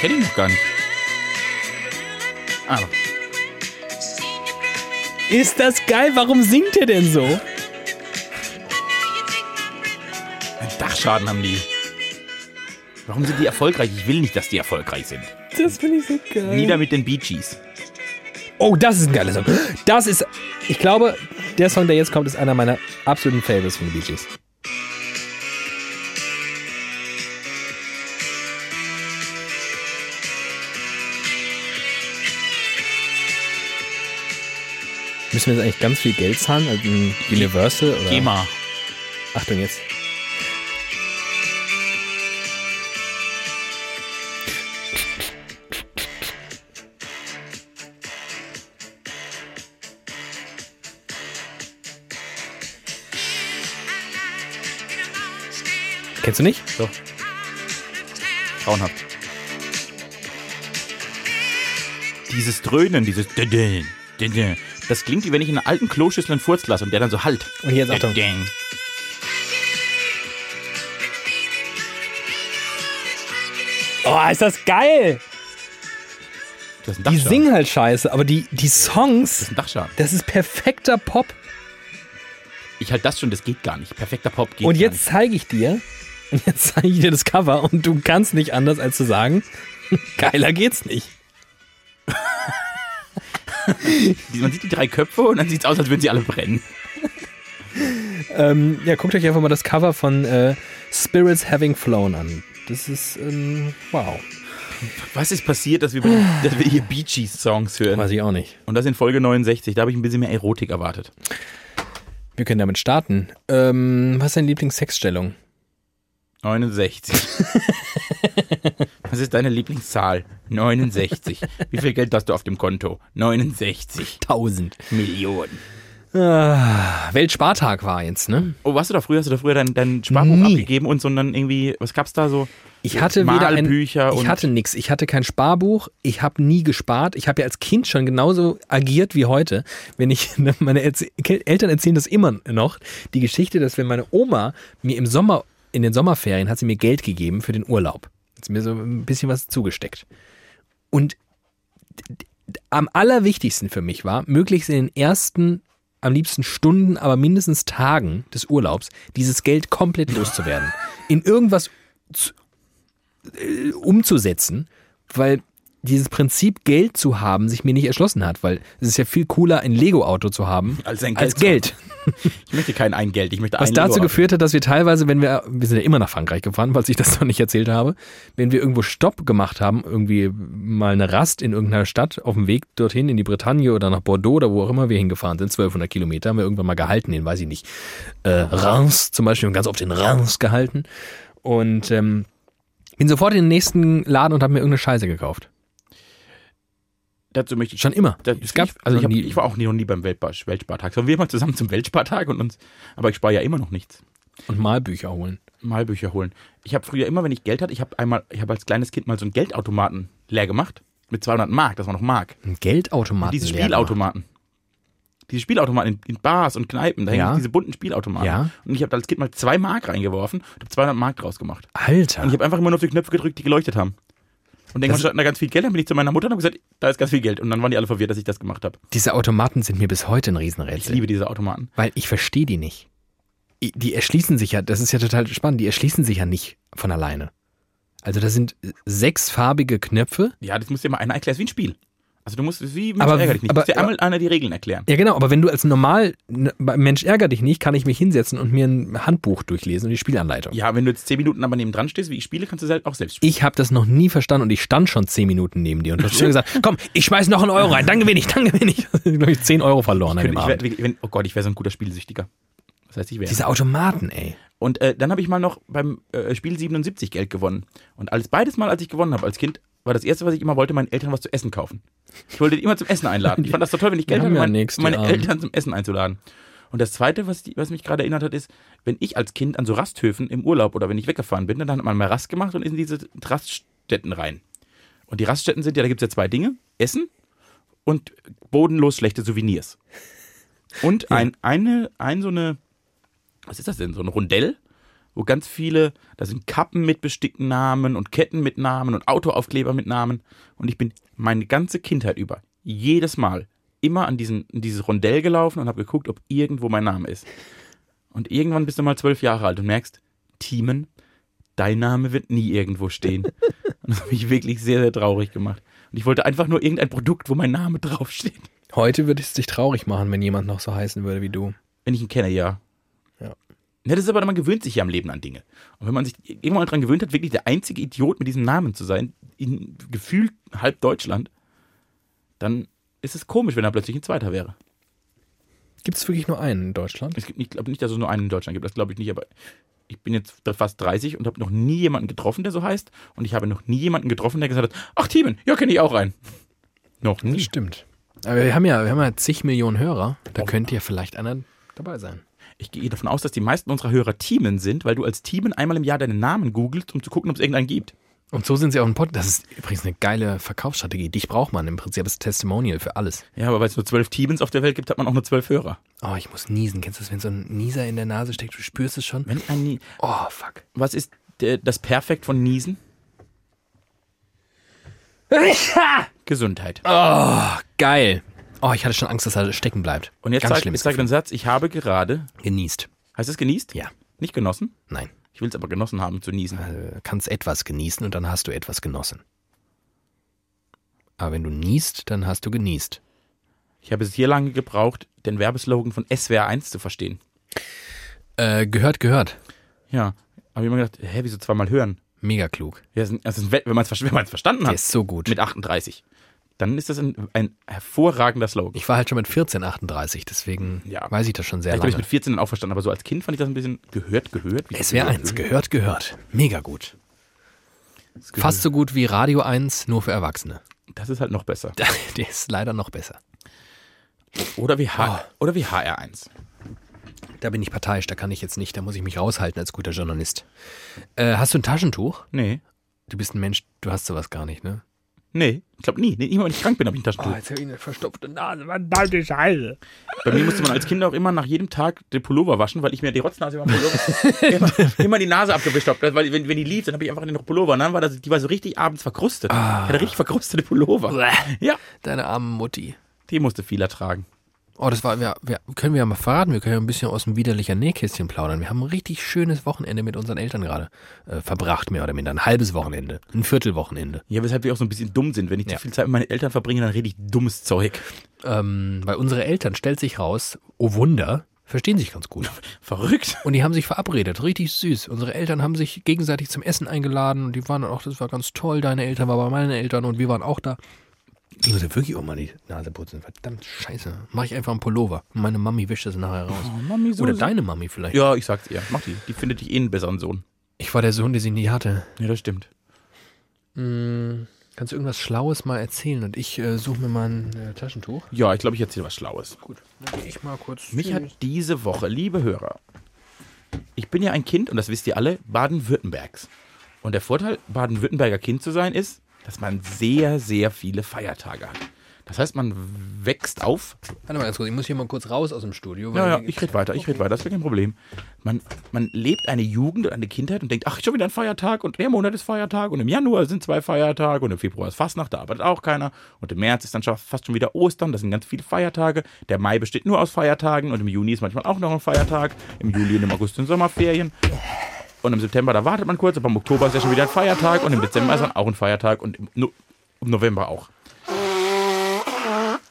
Kenne ich noch gar nicht. Ah, Aber Ist das geil? Warum singt er denn so? einen Dachschaden haben die. Warum sind die erfolgreich? Ich will nicht, dass die erfolgreich sind. Das finde ich so geil. Nieder mit den Bee Gees. Oh, das ist ein geiler Song. Das ist, ich glaube, der Song, der jetzt kommt, ist einer meiner absoluten Favorites von den Bee Gees. Müssen wir jetzt eigentlich ganz viel Geld zahlen? Also ein Universal? Oder? GEMA. Achtung jetzt. Kennst du nicht? So. Grauenhaft. Dieses Dröhnen, dieses Dädän, Dädän, das klingt, wie wenn ich in einen alten Kloschüssel einen Furz lasse und der dann so halt. Und Oh, jetzt Achtung. Dädän. Oh, ist das geil! Das ist ein Die Dachschaden. singen halt scheiße, aber die, die Das ist Songs, ein Dachschaden. das ist perfekter Pop. Ich halte das schon, das geht gar nicht. Perfekter Pop geht Und gar jetzt zeige ich dir, und jetzt zeige ich dir das Cover und du kannst nicht anders als zu sagen, geiler geht's nicht. nicht. Man sieht die drei Köpfe und dann sieht es aus, als würden sie alle brennen. Ähm, ja, guckt euch einfach mal das Cover von äh, Spirits Having Flown an. Das ist, ähm, wow. Was ist passiert, dass wir, bei den- dass wir hier Bee Gees Songs hören? Weiß ich auch nicht. Und das in Folge 69, da habe ich ein bisschen mehr Erotik erwartet. Wir können damit starten. Ähm, was ist deine Lieblingssexstellung? 69. Was ist deine Lieblingszahl? 69. Wie viel Geld hast du auf dem Konto? 69 Tausend. Millionen. Ah, Weltspartag war jetzt, ne? Oh, warst du da früher? Hast du da früher dein, dein Sparbuch Nie. abgegeben und sondern irgendwie, was gab's da so? Ich hatte weder ein, Malbücher ich und- hatte nix. Ich hatte kein Sparbuch. Ich habe nie gespart. Ich habe ja als Kind schon genauso agiert wie heute. Wenn ich meine Erzie Eltern erzählen das immer noch die Geschichte, dass wenn meine Oma mir im Sommer in den Sommerferien hat sie mir Geld gegeben für den Urlaub. Hat sie mir so ein bisschen was zugesteckt. Und d- d- am allerwichtigsten für mich war, möglichst in den ersten am liebsten Stunden, aber mindestens Tagen des Urlaubs, dieses Geld komplett loszuwerden. In irgendwas umzusetzen, weil dieses Prinzip Geld zu haben sich mir nicht erschlossen hat, weil es ist ja viel cooler, ein Lego-Auto zu haben Als ein als Geld zu Geld. Ich möchte kein ein Geld, ich möchte Was ein dazu Euro. geführt hat, dass wir teilweise, wenn wir, wir sind ja immer nach Frankreich gefahren, falls ich das noch nicht erzählt habe, wenn wir irgendwo Stopp gemacht haben, irgendwie mal eine Rast in irgendeiner Stadt auf dem Weg dorthin in die Bretagne oder nach Bordeaux oder wo auch immer wir hingefahren sind, 1200 Kilometer, haben wir irgendwann mal gehalten, den weiß ich nicht, äh, Reims zum Beispiel, und ganz oft den Reims gehalten und ähm, bin sofort in den nächsten Laden und habe mir irgendeine Scheiße gekauft. Dazu möchte ich Schon immer. Das es gab ich, also ich, noch hab, nie- ich war auch nie, noch nie beim Weltbar Weltspartag. Sollen wir mal zusammen zum Weltspartag und uns, aber ich spare ja immer noch nichts. und Malbücher holen. Malbücher holen. Ich habe früher immer, wenn ich Geld hatte, ich habe einmal, ich habe als kleines Kind mal so einen Geldautomaten leer gemacht. Mit 200 Mark, das war noch Mark. Ein Geldautomaten. Diese leer gemacht. Spielautomaten. Diese Spielautomaten in, in Bars und Kneipen, da hängen Ja. noch diese bunten Spielautomaten. Ja. Und ich habe da als Kind mal zwei Mark reingeworfen und habe 200 Mark draus gemacht. Alter. Und ich habe einfach immer nur auf die Knöpfe gedrückt, die geleuchtet haben. Und irgendwann stand da ganz viel Geld, dann bin ich zu meiner Mutter und habe gesagt, da ist ganz viel Geld. Und dann waren die alle verwirrt, dass ich das gemacht habe. Diese Automaten sind mir bis heute ein Ich Riesenrätsel. liebe diese Automaten. Weil ich verstehe die nicht. I- Die erschließen sich ja, das ist ja total spannend, die erschließen sich ja nicht von alleine. Also da sind sechs farbige Knöpfe. Ja, das muss dir mal einer erklären, ist wie ein Spiel. Also du musst, es ist wie Mensch Aber- ärger dich nicht. aber- muss dir einmal einer die Regeln erklären. Ja genau, aber wenn du als normal n- Mensch ärger dich nicht, kann ich mich hinsetzen und mir ein Handbuch durchlesen und die Spielanleitung. Ja, wenn du jetzt zehn Minuten aber neben dran stehst, wie ich spiele, kannst du es halt auch selbst spielen. Ich habe das noch nie verstanden und ich stand schon zehn Minuten neben dir und du hast schon gesagt, komm, ich schmeiß noch einen Euro rein, dann gewinne ich, dann gewinne ich. Ich glaube, ich zehn Euro verloren an Könnte- dem ich wär, Abend. wirklich- wenn, oh Gott, ich wäre so ein guter Spielsüchtiger. Das heißt, ich wäre. Diese Automaten, ey. Und äh, dann habe ich mal noch beim äh, Spiel 77 Geld gewonnen. Und alles beides Mal, als ich gewonnen habe als Kind, war das erste, was ich immer wollte, meinen Eltern was zu essen kaufen. Ich wollte die immer zum Essen einladen. Ich fand das so toll, wenn ich Geld haben hatte, ja mein, nix, die meine Armen. Eltern zum Essen einzuladen. Und das Zweite, was, die, was mich gerade erinnert hat, ist, wenn ich als Kind an so Rasthöfen im Urlaub oder wenn ich weggefahren bin, dann hat man mal Rast gemacht und ist in diese Raststätten rein. Und die Raststätten sind ja, da gibt es ja zwei Dinge. Essen und bodenlos schlechte Souvenirs. Und ein, eine, ein so eine, was ist das denn, so ein Rundell, wo ganz viele, da sind Kappen mit bestickten Namen und Ketten mit Namen und Autoaufkleber mit Namen. Und ich bin meine ganze Kindheit über, jedes Mal, immer an diesen, in dieses Rundell gelaufen und habe geguckt, ob irgendwo mein Name ist. Und irgendwann bist du mal zwölf Jahre alt und merkst, Thiemen, dein Name wird nie irgendwo stehen. Und das hat mich wirklich sehr, sehr traurig gemacht. Und ich wollte einfach nur irgendein Produkt, wo mein Name draufsteht. Heute würde es dich traurig machen, wenn jemand noch so heißen würde wie du. Wenn ich ihn kenne, ja. Ja. Ja, das ist aber, man gewöhnt sich ja am Leben an Dinge. Und wenn man sich irgendwann daran gewöhnt hat, wirklich der einzige Idiot mit diesem Namen zu sein, in gefühlt halb Deutschland, dann ist es komisch, wenn er plötzlich ein Zweiter wäre. Gibt es wirklich nur einen in Deutschland? Es gibt, ich glaube nicht, dass es nur einen in Deutschland gibt, das glaube ich nicht, aber ich bin jetzt fast 30 und habe noch nie jemanden getroffen, der so heißt. Und ich habe noch nie jemanden getroffen, der gesagt hat, ach Thiemen, ja, kenne ich auch einen. Noch nie. Stimmt. Aber wir haben ja, wir haben ja zig Millionen Hörer. Da könnte ja vielleicht einer dabei sein. Ich gehe davon aus, dass die meisten unserer Hörer Thiemen sind, weil du als Thiemen einmal im Jahr deinen Namen googelst, um zu gucken, ob es irgendeinen gibt. Und so sind sie auch ein Podcast. Das ist übrigens eine geile Verkaufsstrategie. Dich braucht man im Prinzip als Testimonial für alles. Ja, aber weil es nur zwölf Teams auf der Welt gibt, hat man auch nur zwölf Hörer. Oh, ich muss niesen. Kennst du das, wenn so ein Nieser in der Nase steckt? Du spürst es schon. Wenn ein Nie- Oh, fuck. Was ist äh, das Perfekt von Niesen? Gesundheit. Geil. Oh, ich hatte schon Angst, dass er stecken bleibt. Und jetzt Ganz sag, schlimm. jetzt sag den Satz, ich habe gerade, Genießt. heißt es genießt? Ja. Nicht genossen? Nein. Ich will es aber genossen haben zu niesen. Äh, Kannst etwas genießen und dann hast du etwas genossen. Aber wenn du niest, dann hast du genießt. Ich habe es hier lange gebraucht, den Werbeslogan von SWR1 zu verstehen. Äh, gehört, gehört. Ja. Aber ich habe immer gedacht, hä, wieso zweimal hören? Mega klug. Ja, das ist ein- das ist ein Wett- wenn man es verstanden Der hat, ist so gut. mit 38, dann ist das ein, ein hervorragender Slogan. Ich war halt schon mit 14, 38, deswegen Ja. weiß ich das schon sehr Vielleicht habe ich lange. mit 14 dann auch verstanden, aber so als Kind fand ich das ein bisschen gehört, gehört. Wie SWR 1, gehört, gehört. Mega gut. gehört. Fast so gut wie Radio 1, nur für Erwachsene. Das ist halt noch besser. Der ist leider noch besser. Oder wie, H Ah. oder wie HR1. Da bin ich parteiisch, da kann ich jetzt nicht, da muss ich mich raushalten als guter Journalist. Äh, hast du ein Taschentuch? Nee. Du bist ein Mensch, du hast sowas gar nicht, ne? Nee, ich glaube nie. Nee, immer wenn ich krank bin, habe ich ein Taschentuch. Ah, jetzt habe ich eine verstopfte Nase. Bei mir musste man als Kind auch immer nach jedem Tag den Pullover waschen, weil ich mir die Rotznase über den Pullover immer, immer die Nase abgewischt habe. Weil wenn, wenn die lief, dann habe ich einfach den Pullover. Und dann war das, die war so richtig abends verkrustet. Ich hatte richtig verkrustete Pullover. Ja, Deine arme Mutti. die musste viel ertragen. Oh, das war, wir, wir, können wir ja mal verraten, wir können ja ein bisschen aus dem widerlicher Nähkästchen plaudern. Wir haben ein richtig schönes Wochenende mit unseren Eltern gerade äh, verbracht, mehr oder minder. Ein halbes Wochenende, ein Viertelwochenende. Ja, weshalb wir auch so ein bisschen dumm sind. Wenn ich Ja. zu viel Zeit mit meinen Eltern verbringe, dann rede ich dummes Zeug. Ähm, weil unsere Eltern, stellt sich raus, oh Wunder, verstehen sich ganz gut. Verrückt. Und die haben sich verabredet, richtig süß. Unsere Eltern haben sich gegenseitig zum Essen eingeladen und die waren dann auch, das war ganz toll, deine Eltern waren bei meinen Eltern und wir waren auch da. Ich muss ja wirklich auch mal die Nase putzen. Verdammt scheiße. Mach ich einfach einen Pullover. Und meine Mami wischt das nachher raus. Mami, so Oder deine Mami vielleicht. Ja, ich sag's ihr. Mach die. Die findet dich eh einen besseren Sohn. Ich war der Sohn, der sie nie hatte. Ja, das stimmt. Kannst du irgendwas Schlaues mal erzählen? Und ich äh, suche mir mal ein äh, Taschentuch. Ja, ich glaube, ich erzähle was Schlaues. Gut. Ich mal kurz. Mich hat diese Woche, liebe Hörer, ich bin ja ein Kind, und das wisst ihr alle, Baden-Württembergs. Und der Vorteil, Baden-Württemberger Kind zu sein, ist, dass man sehr, sehr viele Feiertage hat. Das heißt, man wächst auf. Warte mal ganz kurz, ich muss hier mal kurz raus aus dem Studio. Ja, ja, hier- ich rede weiter, ich rede weiter, das ist kein Problem. Man, man lebt eine Jugend und eine Kindheit und denkt, ach, schon wieder ein Feiertag und der Monat ist Feiertag und im Januar sind zwei Feiertage und im Februar ist Fastnacht, da arbeitet auch keiner und im März ist dann schon- fast schon wieder Ostern, das sind ganz viele Feiertage. Der Mai besteht nur aus Feiertagen und im Juni ist manchmal auch noch ein Feiertag, im Juli und im August sind Sommerferien. Und im September, da wartet man kurz, aber im Oktober ist ja schon wieder ein Feiertag und im Dezember ist dann auch ein Feiertag und im, no im November auch.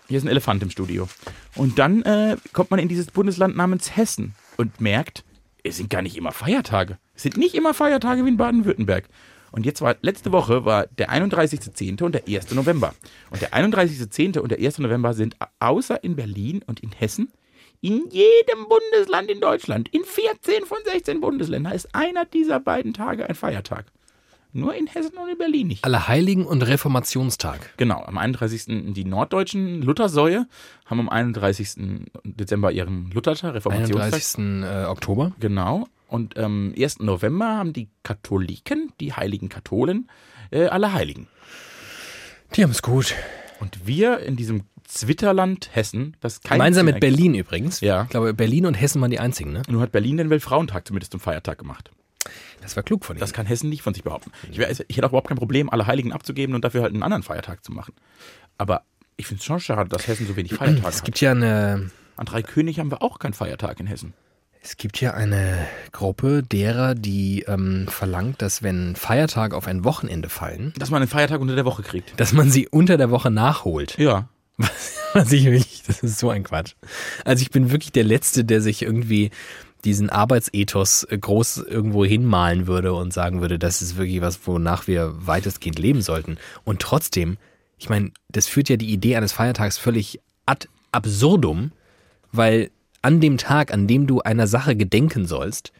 Hier ist ein Elefant im Studio. Und dann äh, kommt man in dieses Bundesland namens Hessen und merkt, es sind gar nicht immer Feiertage. Es sind nicht immer Feiertage wie in Baden-Württemberg. Und jetzt war, letzte Woche war der 31.10. und der 1. November. Und der 31.10. und der 1. November sind a- außer in Berlin und in Hessen in jedem Bundesland in Deutschland, in 14 von 16 Bundesländern, ist einer dieser beiden Tage ein Feiertag. Nur in Hessen und in Berlin nicht. Allerheiligen und Reformationstag. Genau, am 31. die norddeutschen Luthersäue haben am 31. Dezember ihren Luthertag, Reformationstag. 31. äh, Oktober. Genau. Und am 1. November haben die Katholiken, die heiligen Katholen, äh, alle Heiligen. Die haben es gut. Und wir in diesem Zwitterland Hessen, das kein Gemeinsam Sinn mit ergibt- Berlin übrigens. Ja. Ich glaube, Berlin und Hessen waren die einzigen, ne? Nur hat Berlin den Weltfrauentag zumindest zum Feiertag gemacht. Das war klug von ihnen. Das kann Hessen nicht von sich behaupten. Ich, wär, also, ich hätte auch überhaupt kein Problem, alle Heiligen abzugeben und dafür halt einen anderen Feiertag zu machen. Aber ich finde es schon schade, dass Hessen so wenig Feiertage es hat. gibt ja eine, An drei König haben wir auch keinen Feiertag in Hessen. es gibt ja eine Gruppe derer, die ähm, verlangt, dass wenn Feiertage auf ein Wochenende fallen, Dass man einen Feiertag unter der Woche kriegt. dass man sie unter der Woche nachholt. Ja. Was ich wirklich, das ist so ein Quatsch. Also ich bin wirklich der Letzte, der sich irgendwie diesen Arbeitsethos äh, groß irgendwo hinmalen würde und sagen würde, das ist wirklich was, wonach wir weitestgehend leben sollten. Und trotzdem, ich meine, das führt ja die Idee eines Feiertags völlig ad absurdum, weil an dem Tag, an dem du einer Sache gedenken sollst,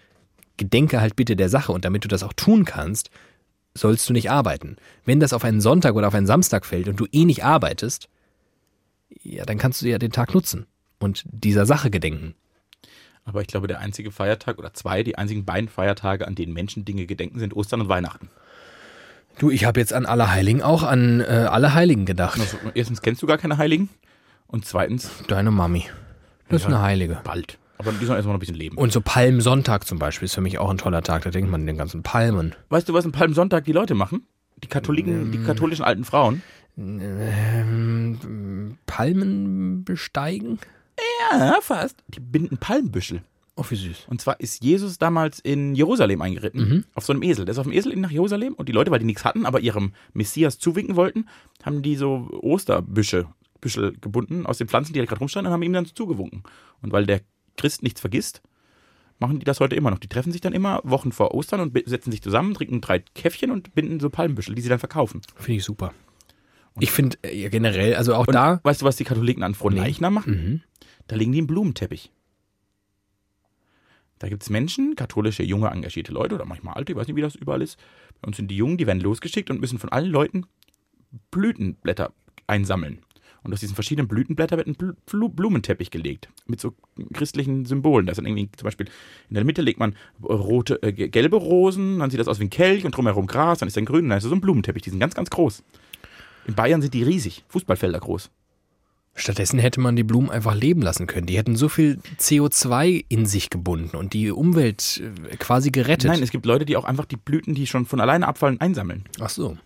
gedenke halt bitte der Sache und damit du das auch tun kannst, sollst du nicht arbeiten. Wenn das auf einen Sonntag oder auf einen Samstag fällt und du eh nicht arbeitest, ja, dann kannst du ja den Tag nutzen und dieser Sache gedenken. Aber ich glaube, der einzige Feiertag oder zwei, die einzigen beiden Feiertage, an denen Menschen Dinge gedenken, sind Ostern und Weihnachten. Du, ich habe jetzt an Allerheiligen auch an äh, Allerheiligen gedacht. Also, erstens kennst du gar keine Heiligen. Und zweitens, Deine Mami. Das ist eine Heilige. bald. Aber die sollen erstmal noch ein bisschen leben. Und so Palmsonntag zum Beispiel ist für mich auch ein toller Tag. Da denkt man an den ganzen Palmen. weißt du, was am Palmsonntag die Leute machen? Die Katholiken, die katholischen alten Frauen. Ähm, Palmen besteigen? Ja, fast. Die binden Palmbüschel. Oh, wie süß. Und zwar ist Jesus damals in Jerusalem eingeritten, auf so einem Esel. Der ist auf dem Esel nach Jerusalem und die Leute, weil die nichts hatten, aber ihrem Messias zuwinken wollten, haben die so Osterbüsche Büschel gebunden aus den Pflanzen, die da gerade rumstanden und haben ihm dann so zugewunken. Und weil der Christ nichts vergisst, machen die das heute immer noch. Die treffen sich dann immer Wochen vor Ostern und be- setzen sich zusammen, trinken drei Käffchen und binden so Palmbüschel, die sie dann verkaufen. Finde ich super. Ich finde äh, ja, generell, also auch Und da, weißt du, was die Katholiken an Fronleichnam machen? mhm. Da legen die einen Blumenteppich. Da gibt es Menschen, katholische, junge, engagierte Leute oder manchmal alte, ich weiß nicht, wie das überall ist. Bei uns sind die Jungen, die werden losgeschickt und müssen von allen Leuten Blütenblätter einsammeln. Und aus diesen verschiedenen Blütenblättern wird ein Bl Blu- Blumenteppich gelegt. Mit so christlichen Symbolen. Da ist dann irgendwie zum Beispiel in der Mitte legt man rote, äh, gelbe Rosen, dann sieht das aus wie ein Kelch und drumherum Gras, dann ist dann grün und dann ist da so ein Blumenteppich. Die sind ganz, ganz groß. In Bayern sind die riesig, Fußballfelder groß. stattdessen hätte man die Blumen einfach leben lassen können. Die hätten so viel CO2 in sich gebunden und die Umwelt äh, quasi gerettet. Nein, es gibt Leute, die auch einfach die Blüten, die schon von alleine abfallen, einsammeln. Ach so.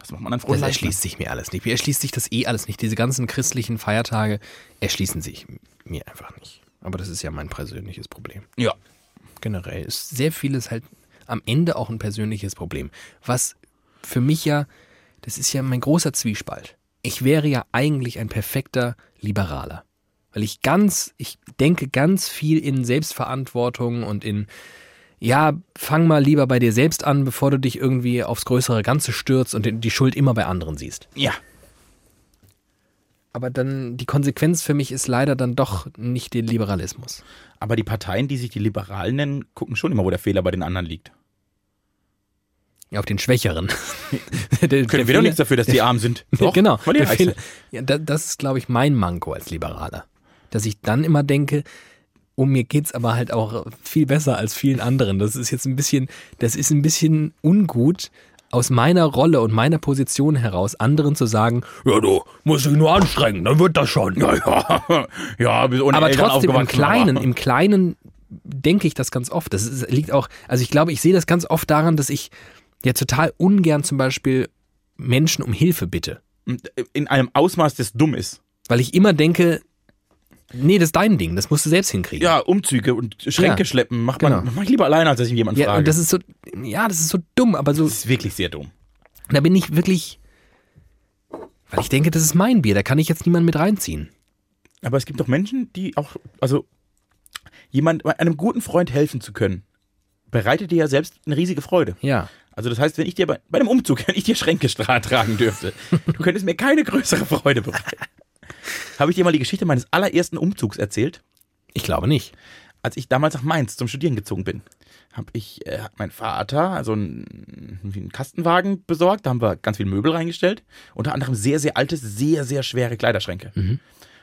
Das macht man dann Das frohen erschließt sich mir alles nicht. Mir erschließt sich das eh alles nicht. Diese ganzen christlichen Feiertage erschließen sich mir einfach nicht. Aber das ist ja mein persönliches Problem. Ja. Generell ist sehr vieles halt am Ende auch ein persönliches Problem. Was für mich ja, das ist ja mein großer Zwiespalt. Ich wäre ja eigentlich ein perfekter Liberaler. Weil ich ganz, ich denke ganz viel in Selbstverantwortung und in ja, fang mal lieber bei dir selbst an, bevor du dich irgendwie aufs größere Ganze stürzt und die Schuld immer bei anderen siehst. Ja. Aber dann die Konsequenz für mich ist leider dann doch nicht der Liberalismus. Aber die Parteien, die sich die Liberalen nennen, gucken schon immer, wo der Fehler bei den anderen liegt. Auf den Schwächeren. der, der Können wir Fehler- doch nichts dafür, dass die arm sind. Doch, genau. Weil die der reich Fehler- sind. ja, da, das ist, glaube ich, mein Manko als Liberaler. Dass ich dann immer denke, um mir geht's aber halt auch viel besser als vielen anderen. Das ist jetzt ein bisschen, das ist ein bisschen ungut, aus meiner Rolle und meiner Position heraus anderen zu sagen, ja, du musst dich nur anstrengen, dann wird das schon. Ja, ja, ja bis ohne aber Eltern trotzdem im aufgewachsen, Kleinen, aber- im Kleinen denke ich das ganz oft. Das ist, liegt auch, also ich glaube, ich sehe das ganz oft daran, dass ich ja total ungern zum Beispiel Menschen um Hilfe bitte. äh, in einem Ausmaß, das dumm ist. Weil ich immer denke, nee, das ist dein Ding, das musst du selbst hinkriegen. Ja, Umzüge und Schränke Ja, schleppen macht man, genau. mach ich lieber alleine, als dass ich jemanden ja frage. und das ist so, ja, das ist so dumm, aber so, Das ist wirklich sehr dumm. da bin ich wirklich, weil ich denke, das ist mein Bier, da kann ich jetzt niemanden mit reinziehen. Aber es gibt doch Menschen, die auch, also jemand, einem guten Freund helfen zu können, bereitet dir ja selbst eine riesige Freude. Ja. Also das heißt, wenn ich dir bei, bei einem Umzug, wenn ich dir Schränke stra- tragen dürfte, du könntest mir keine größere Freude bereiten. Habe ich dir mal die Geschichte meines allerersten Umzugs erzählt? Ich glaube nicht. als ich damals nach Mainz zum Studieren gezogen bin, habe ich, äh, hat mein Vater so einen, wie einen Kastenwagen besorgt. Da haben wir ganz viel Möbel reingestellt. Unter anderem sehr, sehr alte, sehr, sehr schwere Kleiderschränke. Und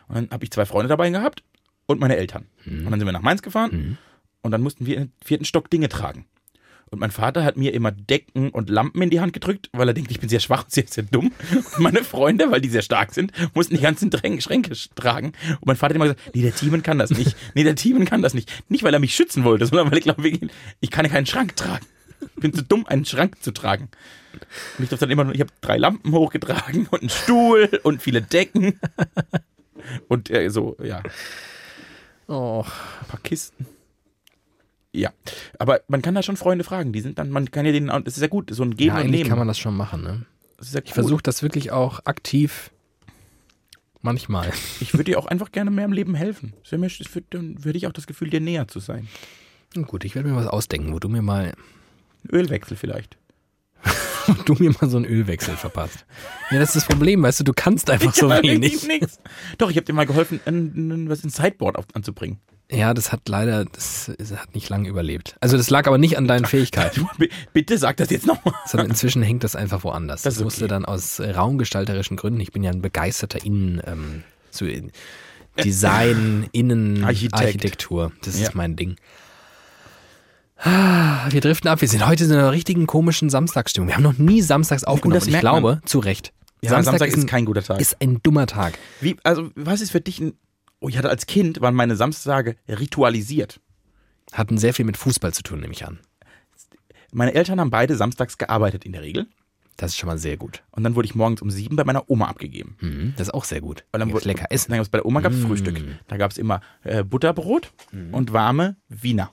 dann habe ich zwei Freunde dabei gehabt und meine Eltern. Und dann sind wir nach Mainz gefahren und dann mussten wir in den vierten Stock Dinge tragen. Und mein Vater hat mir immer Decken und Lampen in die Hand gedrückt, weil er denkt, ich bin sehr schwach und sehr, sehr dumm. Und meine Freunde, weil die sehr stark sind, mussten die ganzen Dränge, Schränke sch- tragen. Und mein Vater hat immer gesagt, nee, der Thiemann kann das nicht. Nee, der Thiemann kann das nicht. Nicht, weil er mich schützen wollte, sondern weil ich glaube, wirklich, ich kann keinen Schrank tragen. Ich bin zu dumm, einen Schrank zu tragen. Und ich durfte dann immer nur, ich habe drei Lampen hochgetragen und einen Stuhl und viele Decken. Und äh, so, ja, Oh. ein paar Kisten. Ja, aber man kann da schon Freunde fragen. Die sind dann, man kann ja denen, auch- das ist ja gut, so ein Geben Ja, und eigentlich Nehmen. kann man das schon machen, ne? das ist ja Ich cool. versuche das wirklich auch aktiv manchmal. Ich würde dir auch einfach gerne mehr im Leben helfen. Das wär mir- das würd- Dann würde ich auch das Gefühl, dir näher zu sein. Gut, ich werde mir was ausdenken, wo du mir mal, Ein Ölwechsel vielleicht. wo du mir mal so einen Ölwechsel verpasst. Ja, das ist das Problem, weißt du, du kannst einfach so Ja, wenig. nix. Doch, ich habe dir mal geholfen, ein, ein, was ins Sideboard auf, anzubringen. Ja, das hat leider, das, es hat nicht lange überlebt. Also das lag aber nicht an deinen Fähigkeiten, B bitte sag das jetzt nochmal. sondern inzwischen hängt das einfach Das woanders. Das, ist okay. musste dann aus äh, raumgestalterischen Gründen, ich bin ja ein begeisterter Innen, ähm, zu in, Design, Innen, Architekt. Architektur. Das Ja. ist mein Ding. Ah, Wir driften ab. Wir sind heute in einer richtigen komischen Samstagsstimmung. Wir haben noch nie samstags aufgenommen. das Und merkt ich glaube, zu Recht. ein- guter Tag. ist ein dummer Tag. Wie, also, was ist für dich ein. Oh, ich hatte als Kind, waren meine Samstage ritualisiert. Hatten sehr viel mit Fußball zu tun, nehme ich an. Meine Eltern haben beide samstags gearbeitet in der Regel. Das ist schon mal sehr gut. Und dann wurde ich morgens um sieben bei meiner Oma abgegeben. Mhm. Das ist auch sehr gut. Und dann Gibt's wurde- lecker Mm. Dann essen. gab es bei der Oma gab's Frühstück. Da gab es immer äh, Butterbrot Mm. und warme Wiener.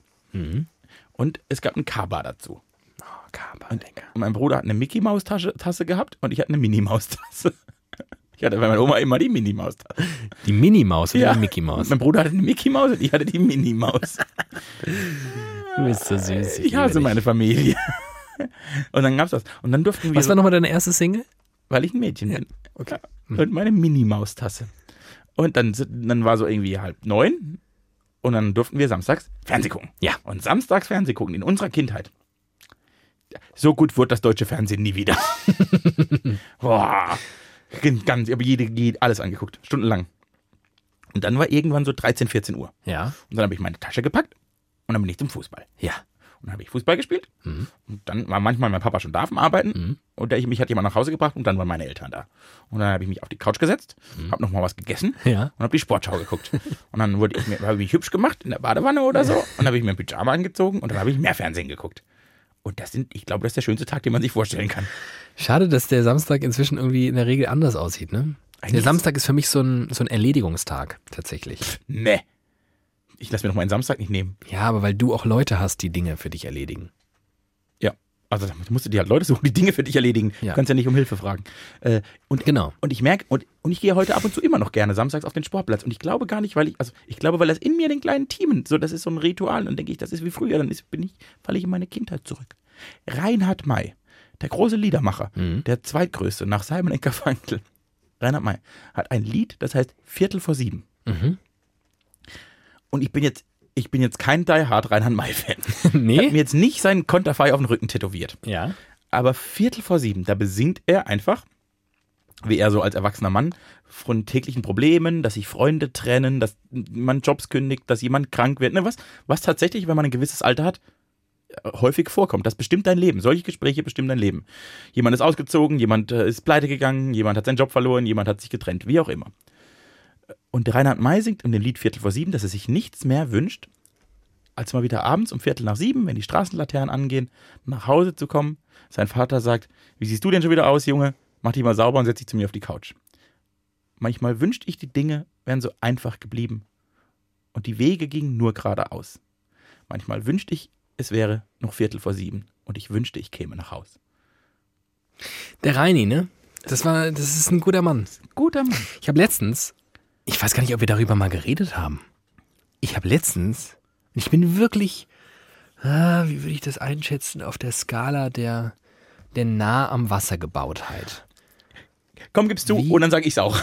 Und es gab einen Kaba dazu. Oh, Kaba, lecker. Und mein Bruder hat eine Mickey Maus Tasche Tasse gehabt und ich hatte eine Minnie Maus Tasse. Ich hatte bei meiner Oma immer die Minnie Maus Tasse. Die Minimaus oder die Mickey Maus? Und mein Bruder hatte eine Mickey Maus und ich hatte die Minnie Maus. Du bist so süß. Ich liebe hasse dich. meine Familie. Und dann gab's das. Und dann durften wir, Was war nochmal deine erste Single? weil ich ein Mädchen bin. Okay. und meine Mini-Maus-Tasse. Und dann, sind- dann war so irgendwie halb neun und dann durften wir samstags Fernseh gucken. Ja. Und samstags Fernseh gucken in unserer Kindheit. So gut wurde das deutsche Fernsehen nie wieder. Boah. Ganz, ich habe jede, jede, alles angeguckt, stundenlang. Und dann war irgendwann so 13, 14 Uhr. Ja. Und dann habe ich meine Tasche gepackt und dann bin ich zum Fußball. Ja. Und dann habe ich Fußball gespielt. Mhm. Und dann war manchmal mein Papa schon da vom Arbeiten. Und der, mich hat jemand nach Hause gebracht und dann waren meine Eltern da. Und dann habe ich mich auf die Couch gesetzt, hab habe nochmal was gegessen Mhm. Ja. und habe die Sportschau geguckt. und dann wurde ich mir- habe ich mich hübsch gemacht in der Badewanne oder so. Und dann habe ich mir ein Pyjama angezogen und dann habe ich mehr Fernsehen geguckt. Und das sind, ich glaube, das ist der schönste Tag, den man sich vorstellen kann. Schade, dass der Samstag inzwischen irgendwie in der Regel anders aussieht, ne? der Eigentlich- Samstag ist für mich so ein, so ein Erledigungstag, tatsächlich. Nee. Ich lasse mir noch meinen Samstag nicht nehmen. Ja, aber weil du auch Leute hast, die Dinge für dich erledigen. Ja. Also da musst du dir halt Leute suchen, die Dinge für dich erledigen. Ja. Du kannst ja nicht um Hilfe fragen. Äh, und Genau. Und ich merke, und, und ich gehe heute ab und zu immer noch gerne samstags auf den Sportplatz. Und ich glaube gar nicht, weil ich, also ich glaube, weil das in mir den kleinen Teamen, so das ist so ein Ritual. Und dann denke ich, das ist wie früher, dann ist, bin ich, falle ich in meine Kindheit zurück. Reinhard May, der große Liedermacher, der zweitgrößte nach Simon Garfunkel, Reinhard May, hat ein Lied, das heißt Viertel vor sieben. Und ich bin jetzt, ich bin jetzt kein Die Hard Reinhard May-Fan. Ich habe mir nee? jetzt nicht seinen Konterfei auf den Rücken tätowiert. Ja. Aber Viertel vor sieben, da besingt er einfach, wie er so als erwachsener Mann, von täglichen Problemen, dass sich Freunde trennen, dass man Jobs kündigt, dass jemand krank wird, ne, was, was tatsächlich, wenn man ein gewisses Alter hat, häufig vorkommt. Das bestimmt dein Leben. Solche Gespräche bestimmen dein Leben. Jemand ist ausgezogen, jemand äh, ist pleite gegangen, jemand hat seinen Job verloren, jemand hat sich getrennt, wie auch immer. Und Reinhard May singt in dem Lied Viertel vor sieben, dass er sich nichts mehr wünscht, als mal wieder abends um Viertel nach sieben, wenn die Straßenlaternen angehen, nach Hause zu kommen. Sein Vater sagt, wie siehst du denn schon wieder aus, Junge? Mach dich mal sauber und setz dich zu mir auf die Couch. Manchmal wünschte ich, die Dinge wären so einfach geblieben und die Wege gingen nur geradeaus. Manchmal wünschte ich, es wäre noch Viertel vor sieben und ich wünschte, ich käme nach Haus. Der Reini, ne? Das war, das ist ein guter Mann. Guter Mann. Ich habe letztens, ich weiß gar nicht, ob wir darüber mal geredet haben. Ich habe letztens, und ich bin wirklich, ah, wie würde ich das einschätzen, auf der Skala der, der nah am Wasser gebautheit. Komm, gibst du Wie? und dann sag ich's auch.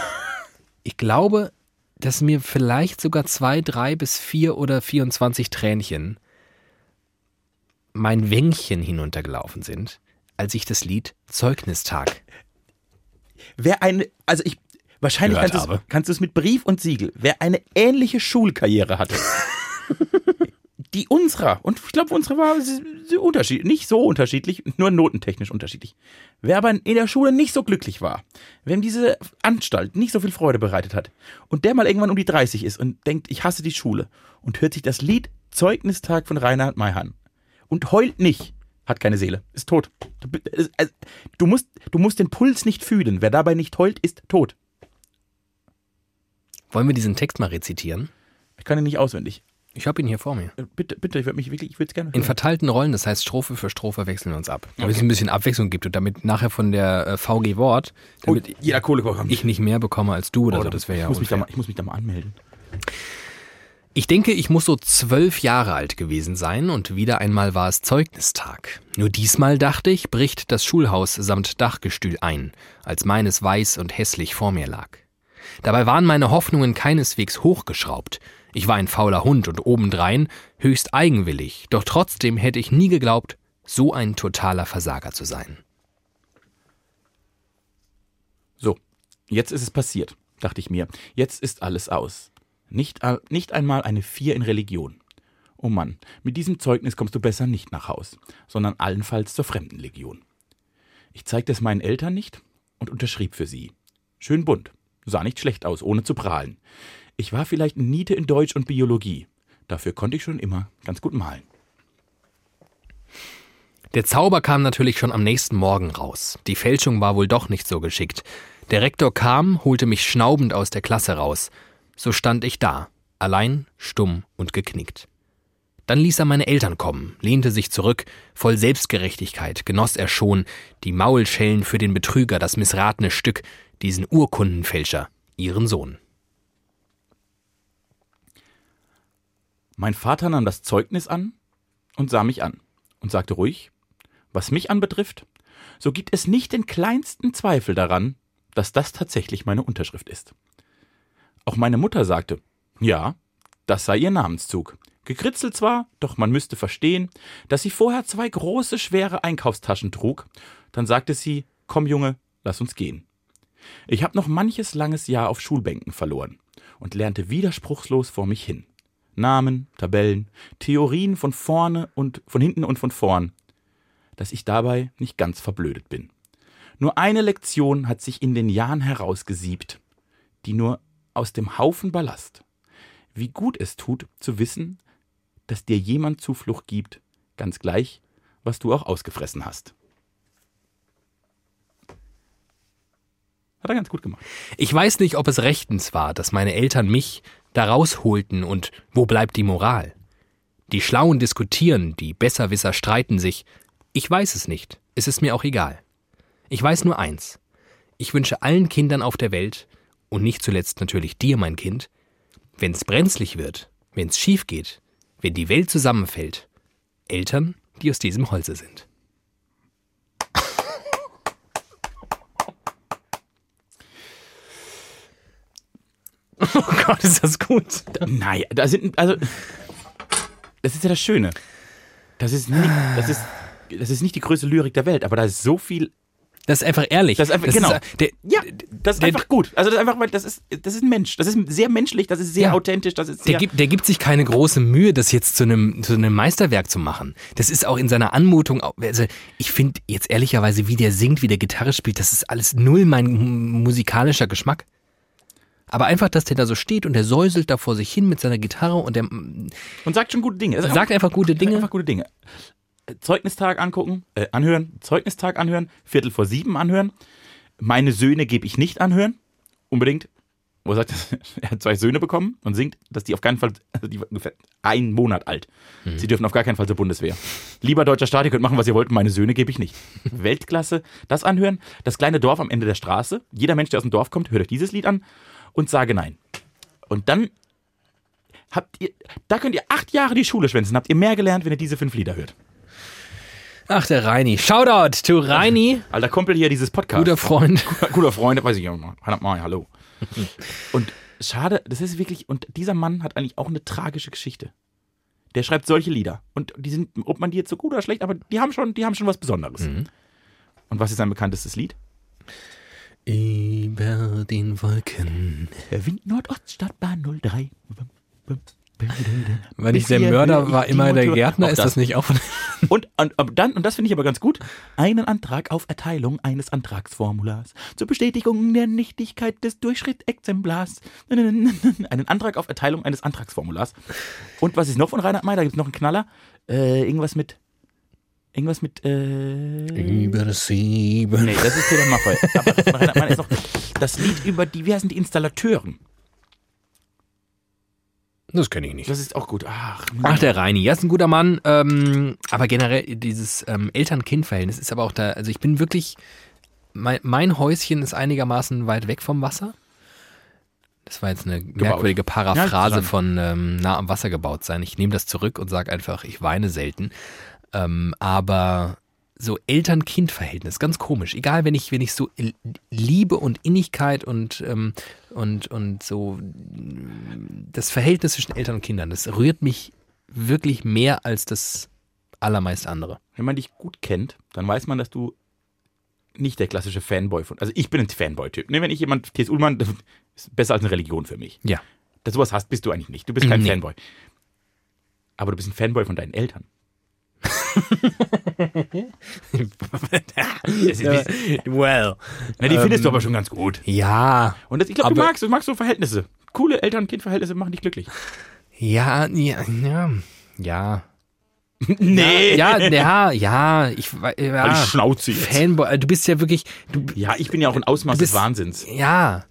Ich glaube, dass mir vielleicht sogar zwei, drei bis vier oder 24 Tränchen mein Wänkchen hinuntergelaufen sind, als ich das Lied Zeugnistag Wer eine, also ich, wahrscheinlich Gehört kannst du's- habe. kannst du es mit Brief und Siegel, wer eine ähnliche Schulkarriere hatte, die unserer, und ich glaube, unsere war s- s- unterschied, nicht so unterschiedlich, nur notentechnisch unterschiedlich. Wer aber in der Schule nicht so glücklich war, wem diese Anstalt nicht so viel Freude bereitet hat und der mal irgendwann um die 30 ist und denkt, ich hasse die Schule und hört sich das Lied Zeugnistag von Reinhard May an und heult nicht, hat keine Seele, ist tot. Du, bi- es- also, du, musst, du musst den Puls nicht fühlen. Wer dabei nicht heult, ist tot. Wollen wir diesen Text mal rezitieren? Ich kann ihn nicht auswendig. Ich habe ihn hier vor mir. Äh, Bitte, bitte, ich würde mich wirklich, ich würde es gerne. In Hören. verteilten Rollen, das heißt Strophe für Strophe wechseln wir uns ab. Damit es ein bisschen Abwechslung gibt und damit nachher von der äh, VG Wort, damit Und Oh, jeder Kohle kommt. ich nicht mehr bekomme als du oder so, das wäre ich, ja muss mich da unfair. mal, ich muss mich da mal anmelden. Ich denke, ich muss so zwölf Jahre alt gewesen sein und wieder einmal war es Zeugnistag. Nur diesmal dachte ich, bricht das Schulhaus samt Dachgestühl ein, als meines weiß und hässlich vor mir lag. Dabei waren meine Hoffnungen keineswegs hochgeschraubt. Ich war ein fauler Hund und obendrein höchst eigenwillig, doch trotzdem hätte ich nie geglaubt, so ein totaler Versager zu sein. So, jetzt ist es passiert, dachte ich mir. Jetzt ist alles aus. Nicht, al- nicht einmal eine Vier in Religion. Oh Mann, mit diesem Zeugnis kommst du besser nicht nach Haus, sondern allenfalls zur Fremdenlegion. Ich zeigte es meinen Eltern nicht und unterschrieb für sie. Schön bunt, sah nicht schlecht aus, ohne zu prahlen. Ich war vielleicht eine Niete in Deutsch und Biologie. Dafür konnte ich schon immer ganz gut malen. Der Zauber kam natürlich schon am nächsten Morgen raus. Die Fälschung war wohl doch nicht so geschickt. Der Rektor kam, holte mich schnaubend aus der Klasse raus. So stand ich da, allein, stumm und geknickt. Dann ließ er meine Eltern kommen, lehnte sich zurück, voll Selbstgerechtigkeit genoss er schon die Maulschellen für den Betrüger, das missratene Stück, diesen Urkundenfälscher, ihren Sohn. Mein Vater nahm das Zeugnis an und sah mich an und sagte ruhig, was mich anbetrifft, so gibt es nicht den kleinsten Zweifel daran, dass das tatsächlich meine Unterschrift ist. Auch meine Mutter sagte, ja, das sei ihr Namenszug. Gekritzelt zwar, doch man müsste verstehen, dass sie vorher zwei große, schwere Einkaufstaschen trug. Dann sagte sie, komm Junge, lass uns gehen. Ich habe noch manches langes Jahr auf Schulbänken verloren und lernte widerspruchslos vor mich hin. Namen, Tabellen, Theorien von vorne und von hinten und von vorn, dass ich dabei nicht ganz verblödet bin. Nur eine Lektion hat sich in den Jahren herausgesiebt, die nur aus dem Haufen Ballast. Wie gut es tut, zu wissen, dass dir jemand Zuflucht gibt, ganz gleich, was du auch ausgefressen hast. Hat er ganz gut gemacht. Ich weiß nicht, ob es rechtens war, dass meine Eltern mich da rausholten und wo bleibt die Moral? Die Schlauen diskutieren, die Besserwisser streiten sich. Ich weiß es nicht. Es ist mir auch egal. Ich weiß nur eins. Ich wünsche allen Kindern auf der Welt und nicht zuletzt natürlich dir, mein Kind, wenn's brenzlig wird, wenn's schief geht, wenn die Welt zusammenfällt, Eltern, die aus diesem Holze sind. Oh Gott, ist das gut. Nein, da sind also das ist ja das Schöne. Das ist nicht, das ist das ist nicht die größte Lyrik der Welt, aber da ist so viel Das ist einfach ehrlich. Das ist einfach- genau. ist, der, Ja, das ist der, einfach gut. Also das ist einfach, weil das ist, das ist ein Mensch. Das ist sehr menschlich, das ist sehr Ja. authentisch, das ist Der, sehr. gibt, der gibt sich keine große Mühe, das jetzt zu einem, zu einem Meisterwerk zu machen. Das ist auch in seiner Anmutung. au- Also ich finde jetzt ehrlicherweise, wie der singt, wie der Gitarre spielt, das ist alles null mein m- musikalischer Geschmack. Aber einfach, dass der da so steht und der säuselt da vor sich hin mit seiner Gitarre und der m, und sagt schon gute Dinge. Das ist sagt einfach gute Dinge. Dinge. Einfach gute Dinge. Äh, Zeugnistag angucken, äh, anhören, Zeugnistag anhören, Viertel vor sieben anhören. Meine Söhne gebe ich nicht anhören. Unbedingt. Wo er sagt, er hat zwei Söhne bekommen und singt, dass die auf keinen Fall, also die waren ungefähr einen Monat alt. Sie dürfen auf gar keinen Fall zur Bundeswehr. Lieber deutscher Staat, ihr könnt machen, was ihr wollt, meine Söhne gebe ich nicht. Weltklasse, das anhören, das kleine Dorf am Ende der Straße. Jeder Mensch, der aus dem Dorf kommt, hört euch dieses Lied an und sage nein. Und dann habt ihr, da könnt ihr acht Jahre die Schule schwänzen, habt ihr mehr gelernt, wenn ihr diese fünf Lieder hört. Ach, der Reini. Shoutout to Reini, Alter Kumpel hier dieses Podcast. guter Freund. Guter Freund, weiß ich auch mal. Mal, hallo. Und schade, das ist wirklich, und dieser Mann hat eigentlich auch eine tragische Geschichte. Der schreibt solche Lieder. Und die sind, ob man die jetzt so gut oder schlecht, aber die haben schon, die haben schon was Besonderes. Mhm. Und was ist sein bekanntestes Lied? Über den Wolken. Wind Nordoststadtbahn 03. Wenn Bis nicht der hier Mörder höre war ich immer die der Motor- Gärtner, Auch ist das das. nicht auch von. Und, und, und dann, und das finde ich aber ganz gut, einen Antrag auf Erteilung eines Antragsformulars zur Bestätigung der Nichtigkeit des Durchschrittexemplars. Einen Antrag auf Erteilung eines Antragsformulars. Und was ist noch von Reinhard May? Da gibt es noch einen Knaller. Äh, irgendwas mit. Irgendwas mit. Äh, Über sieben. nee, das ist Peter Maffei. Aber von Reinhard May ist noch das Lied über die, wie heißen die Installateuren? Das kenne ich nicht. Das ist auch gut. Ach, Ach, der Reini, ja, ist ein guter Mann. Ähm, aber generell dieses ähm, Eltern-Kind-Verhältnis ist aber auch da. Also ich bin wirklich, mein, mein Häuschen ist einigermaßen weit weg vom Wasser. Das war jetzt eine merkwürdige Paraphrase Ja, von ähm, nah am Wasser gebaut sein. Ich nehme das zurück und sage einfach, ich weine selten. Ähm, aber so Eltern-Kind-Verhältnis, ganz komisch. Egal, wenn ich, wenn ich so Liebe und Innigkeit und, ähm, und, und so mm, das Verhältnis zwischen Eltern und Kindern, das rührt mich wirklich mehr als das allermeist andere. Wenn man dich gut kennt, dann weiß man, dass du nicht der klassische Fanboy von. Also ich bin ein Fanboy-Typ. Ne? Wenn ich jemand, T.S. Ullmann, das ist besser als eine Religion für mich. Ja. Dass du sowas hast, bist du eigentlich nicht. Du bist kein Nee. Fanboy. Aber du bist ein Fanboy von deinen Eltern. Es ist, well. na, die findest du aber schon ganz gut. Ja, Und das, ich glaube, du Ähm, aber- magst, du magst so Verhältnisse. Coole Eltern-Kind-Verhältnisse machen dich glücklich. ja, ja, ja. Ja. nee. Ja, ja, ja, ich wei- ja. Halt Äh. die Schnauze jetzt. Fanboy, also du bist ja wirklich, du, Ja, ich bin ja auch ein Ausmaß Du bist- des Wahnsinns. ja.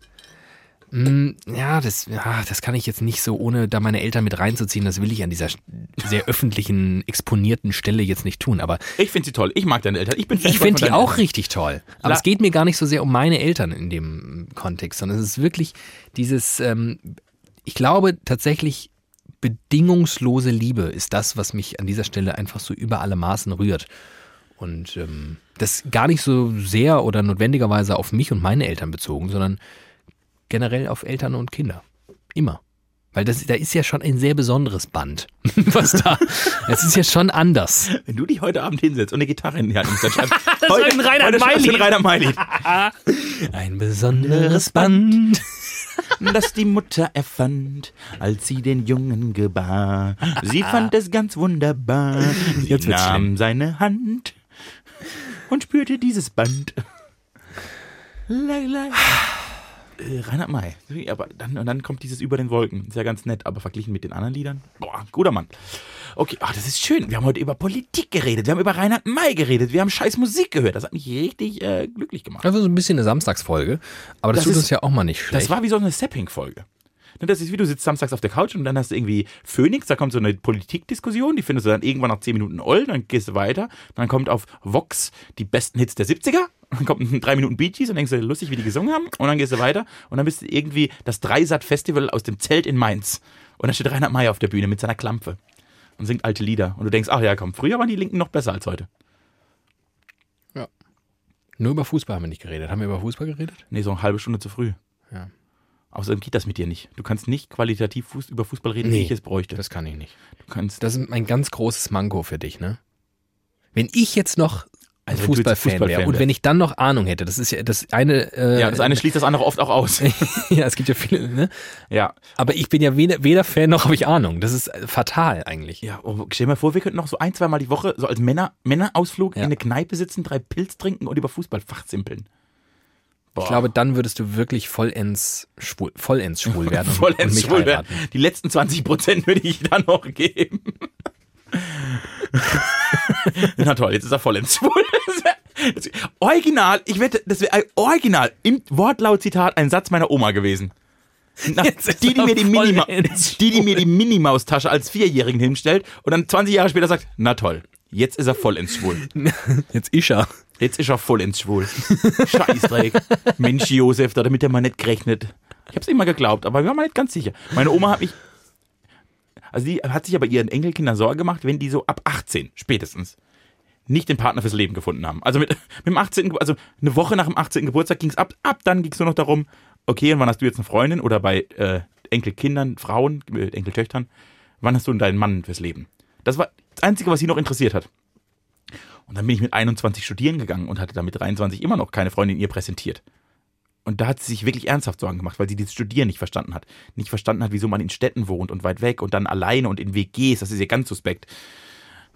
Mm, Ja, das, ja, das kann ich jetzt nicht so, ohne da meine Eltern mit reinzuziehen, das will ich an dieser sch- sehr öffentlichen, exponierten Stelle jetzt nicht tun, aber Ich finde sie toll. Ich mag deine Eltern. Ich bin Fanboy Ich von finde die deinen auch richtig toll. Aber La- es geht mir gar nicht so sehr um meine Eltern in dem Kontext, sondern es ist wirklich dieses, ähm, ich glaube tatsächlich, bedingungslose Liebe ist das, was mich an dieser Stelle einfach so über alle Maßen rührt. Und ähm, das gar nicht so sehr oder notwendigerweise auf mich und meine Eltern bezogen, sondern generell auf Eltern und Kinder. Immer. Weil das, da ist ja schon ein sehr besonderes Band, was da. Es ist ja schon anders. Wenn du dich heute Abend hinsetzt und eine Gitarre in die Hand nimmst, dann schreibst du heute ein Reinhard heute schreibst du May-Lied. ein Rainer Meili. Ein besonderes Band. Das die Mutter erfand, als sie den Jungen gebar. Sie fand es ganz wunderbar. Sie Ah. Jetzt wird's nahm schlimm. seine Hand und spürte dieses Band. La, la, la. Äh, Reinhard May. Aber dann, und dann kommt dieses Über den Wolken. Ist ja ganz nett, aber verglichen mit den anderen Liedern. Boah, guter Mann. Okay, ach, das ist schön. Wir haben heute über Politik geredet. Wir haben über Reinhard May geredet. Wir haben scheiß Musik gehört. Das hat mich richtig äh, glücklich gemacht. Das war so ein bisschen eine Samstagsfolge, aber das, Das tut ist- uns ja auch mal nicht schlecht. Das war wie so eine Sapping-Folge. Ne, Das ist wie du sitzt samstags auf der Couch und dann hast du irgendwie Phoenix, da kommt so eine Politikdiskussion, die findest du dann irgendwann nach 10 Minuten oll, dann gehst du weiter, dann kommt auf Vox die besten Hits der 70er, dann kommt 3 Minuten Bee Gees und denkst du, lustig, wie die gesungen haben und dann gehst du weiter und dann bist du irgendwie das Dreisat-Festival aus dem Zelt in Mainz und dann steht Reinhard May auf der Bühne mit seiner Klampfe und singt alte Lieder und du denkst, ach ja komm, früher waren die Linken noch besser als heute. Nur über Fußball haben wir nicht geredet. Haben wir über Fußball geredet? Nee, so eine halbe Stunde zu früh. Ja. Außerdem geht das mit dir nicht. Du kannst nicht qualitativ Fuß über Fußball reden, wie Nee. ich es bräuchte. Das kann ich nicht. Du kannst Das ist ein ganz großes Manko für dich, ne? Wenn ich jetzt noch Also wenn du jetzt Fußballfan, wäre. Und wenn ich dann noch Ahnung hätte, das ist ja das eine. Äh, ja, das eine schließt das andere oft auch aus. ja, es gibt ja viele. Ne? ja. Aber ich bin ja weder, weder Fan noch habe ich Ahnung. Das ist äh, fatal eigentlich. Ja, oh, stell dir mal vor, wir könnten noch so ein, zweimal die Woche, so als Männer, Männerausflug Ja. in eine Kneipe sitzen, drei Pilz trinken und über Fußball fachsimpeln. Boah. Ich glaube, dann würdest du wirklich vollends schwul, vollends schwul werden. und- und vollends mich schwul werden. heiraten. Die letzten 20 Prozent würde ich dann noch geben. Na toll, jetzt ist er vollends schwul. Das wär- Original, ich wette, das wäre original im Wortlaut Zitat ein Satz meiner Oma gewesen. Na, Jetzt ist die, die, er mir die, Minima vollends die, die mir die Minimaus-Tasche als Vierjährigen hinstellt und dann 20 Jahre später sagt, na toll, jetzt ist er vollends schwul. Jetzt ist er. Jetzt ist er vollends schwul. Scheißdreck. Mensch, Josef, da hat er mit der mal nicht gerechnet. Ich hab's immer geglaubt, aber wir waren mal nicht ganz sicher. Meine Oma hat mich. Also, die hat sich aber ihren Enkelkindern Sorge gemacht, wenn die so ab 18 spätestens nicht den Partner fürs Leben gefunden haben. Also, mit, mit dem 18. Ge- Also, eine Woche nach dem 18. Geburtstag ging's ab. Ab dann ging's nur noch darum, okay, und wann hast du jetzt eine Freundin? Oder bei äh, Enkelkindern, Frauen, äh, Enkeltöchtern, wann hast du denn deinen Mann fürs Leben? Das war das Einzige, was sie noch interessiert hat. Und dann bin ich mit 21 studieren gegangen und hatte damit 23 immer noch keine Freundin ihr präsentiert. Und da hat sie sich wirklich ernsthaft Sorgen gemacht, weil sie dieses Studieren nicht verstanden hat. Nicht verstanden hat, wieso man in Städten wohnt und weit weg und dann alleine und in WGs. Das ist ihr ganz suspekt.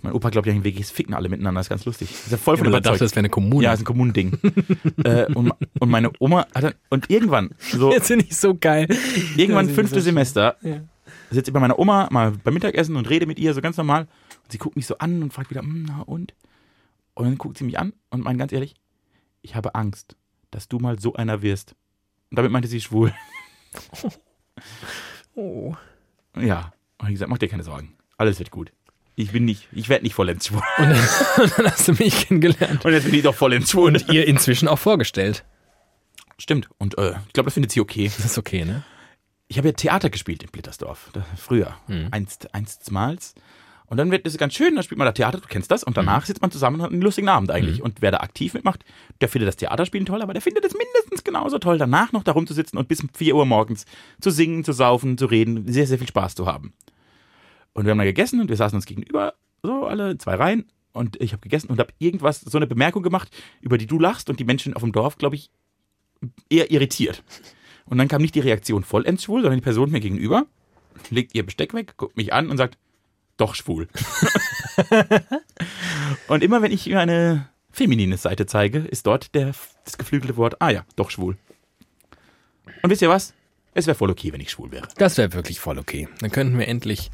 Mein Opa glaubt ja, in WGs ficken alle miteinander. Das ist ganz lustig. Ist ja voll von Oder überzeugt. dachte, das wäre eine Kommune. ja, ist ein Kommunending. äh, und, und meine Oma hat dann, und irgendwann, so Jetzt finde ich so geil. irgendwann Ja, fünfte das ist- Semester, Ja. sitze ich bei meiner Oma mal beim Mittagessen und rede mit ihr so ganz normal. Und sie guckt mich so an und fragt wieder, "Hm, na und? Und dann guckt sie mich an und meint ganz ehrlich, ich habe Angst, dass du mal so einer wirst. Und damit meinte sie schwul. Oh. Ja. Und ich gesagt, mach dir keine Sorgen. Alles wird gut. Ich bin nicht, ich werde nicht vollends schwul. Und dann, und dann hast du mich kennengelernt. Und jetzt bin ich doch vollends schwul. Und ihr inzwischen auch vorgestellt. Stimmt. Und äh, ich glaube, das findet sie okay. Das ist okay, ne? ich habe ja Theater gespielt in Blittersdorf, da, früher, einst, einstmals. Und dann wird das ganz schön, dann spielt man da Theater, du kennst das, und danach sitzt man zusammen und hat einen lustigen Abend eigentlich. Und wer da aktiv mitmacht, der findet das Theaterspielen toll, aber der findet es mindestens genauso toll, danach noch da rumzusitzen und bis um 4 Uhr morgens zu singen, zu saufen, zu reden, sehr, sehr viel Spaß zu haben. Und wir haben da gegessen und wir saßen uns gegenüber, so alle in zwei Reihen. Und ich habe gegessen und habe irgendwas, so eine Bemerkung gemacht, über die du lachst und die Menschen auf dem Dorf, glaube ich, eher irritiert. Und dann kam nicht die Reaktion vollends schwul, sondern die Person mir gegenüber legt ihr Besteck weg, guckt mich an und sagt, doch schwul. und immer wenn ich mir eine feminine Seite zeige, ist dort der, das geflügelte Wort, ah ja, doch schwul. Und wisst ihr was? Es wäre voll okay, wenn ich schwul wäre. Das wäre wirklich voll okay. Dann könnten wir endlich,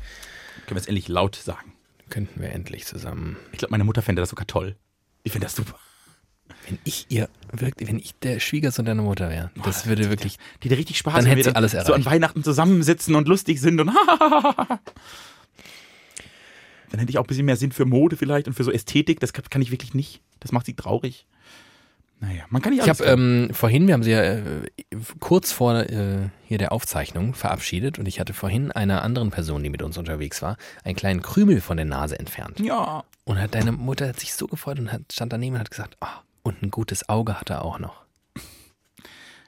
Können wir es endlich laut sagen. könnten wir endlich zusammen. Ich glaube, meine Mutter fände das sogar toll. Ich finde das super. Wenn ich ihr wirklich, wenn ich der Schwiegersohn deiner Mutter wäre, das würde wirklich. Die hätte richtig Spaß, Dann wenn hätte wir sie alles so an erreicht. Weihnachten zusammensitzen und lustig sind und dann hätte ich auch ein bisschen mehr Sinn für Mode vielleicht und für so Ästhetik. Das kann kann ich wirklich nicht. Das macht sie traurig. Naja, man kann nicht Ich alles. habe ähm, vorhin, wir haben sie ja äh, kurz vor äh, hier der Aufzeichnung verabschiedet und ich hatte vorhin einer anderen Person, die mit uns unterwegs war, einen kleinen Krümel von der Nase entfernt. ja, Und hat deine Mutter hat sich so gefreut und hat, stand daneben und hat gesagt, ah, und ein gutes Auge hat er auch noch.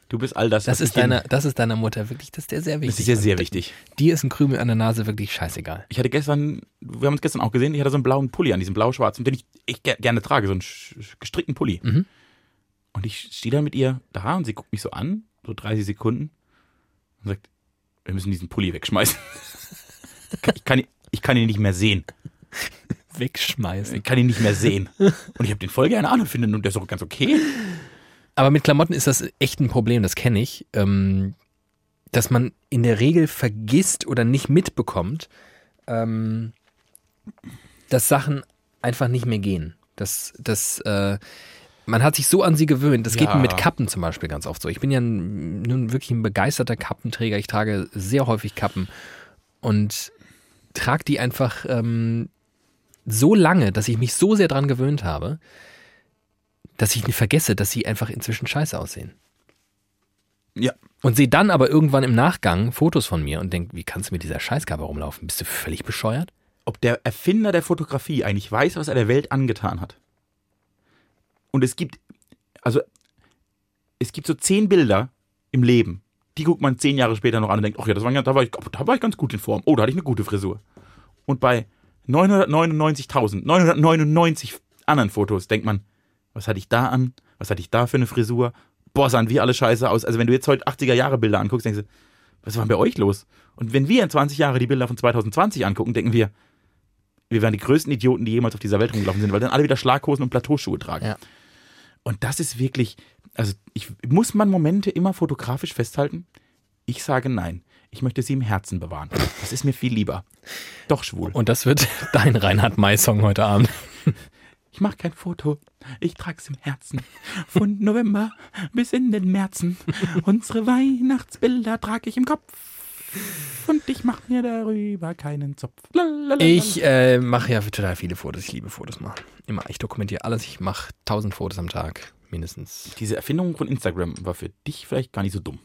du bist all das. Das was ich ist bin. deiner, das ist deiner Mutter wirklich, das ist dir sehr wichtig. Das ist ja sehr Und wichtig. Dir ist ein Krümel an der Nase wirklich scheißegal. Ich hatte gestern, wir haben uns gestern auch gesehen, ich hatte so einen blauen Pulli an, diesen blau-schwarzen, den ich echt ger gerne trage, so einen sch- sch- gestrickten Pulli. Und ich stehe dann mit ihr da und sie guckt mich so an, so 30 Sekunden, und sagt, wir müssen diesen Pulli wegschmeißen. ich, kann, ich, kann, ihn- ich kann ihn nicht mehr sehen. Wegschmeißen. Ich kann ihn nicht mehr sehen. Und ich habe den voll gerne an und finde, nun, der ist auch ganz okay. Aber mit Klamotten ist das echt ein Problem, das kenne ich. Ähm, dass man in der Regel vergisst oder nicht mitbekommt, ähm, dass Sachen einfach nicht mehr gehen. Das, das, äh, man hat sich so an sie gewöhnt. Das Ja. geht mit Kappen zum Beispiel ganz oft so. Ich bin ja n- nun wirklich ein begeisterter Kappenträger. Ich trage sehr häufig Kappen und trage die einfach ähm, so lange, dass ich mich so sehr dran gewöhnt habe, dass ich vergesse, dass sie einfach inzwischen scheiße aussehen. Ja. Und sehe dann aber irgendwann im Nachgang Fotos von mir und denke, wie kannst du mit dieser Scheißgabe rumlaufen? Bist du völlig bescheuert? Ob der Erfinder der Fotografie eigentlich weiß, was er der Welt angetan hat. Und es gibt, also, es gibt so zehn Bilder im Leben, die guckt man zehn Jahre später noch an und denkt, ach ja, das war, ganz- da, war ich, da war ich ganz gut in Form. Oh, da hatte ich eine gute Frisur. Und bei 999.999 anderen Fotos denkt man, Was hatte ich da an? Was hatte ich da für eine Frisur? Boah, sahen wir alle scheiße aus. Also wenn du jetzt heute 80er Jahre Bilder anguckst, denkst du, was war denn bei euch los? Und wenn wir in 20 Jahren die Bilder von 2020 angucken, denken wir, wir waren die größten Idioten, die jemals auf dieser Welt rumgelaufen sind, weil dann alle wieder Schlaghosen und Plateauschuhe tragen. Ja. Und das ist wirklich, also ich, muss man Momente immer fotografisch festhalten? Ich sage nein. Ich möchte sie im Herzen bewahren. Das ist mir viel lieber. Doch schwul. Und das wird dein Reinhard May-Song heute Abend. Ich mache kein Foto, ich trag's im Herzen. Von November bis in den Märzen. Unsere Weihnachtsbilder trag ich im Kopf. Und ich mach mir darüber keinen Zopf. Lalalala. Ich äh, mache ja total viele Fotos. Ich liebe Fotos machen. Immer. Ich dokumentiere alles. Ich mache tausend Fotos am Tag. Mindestens. Diese Erfindung von Instagram war für dich vielleicht gar nicht so dumm.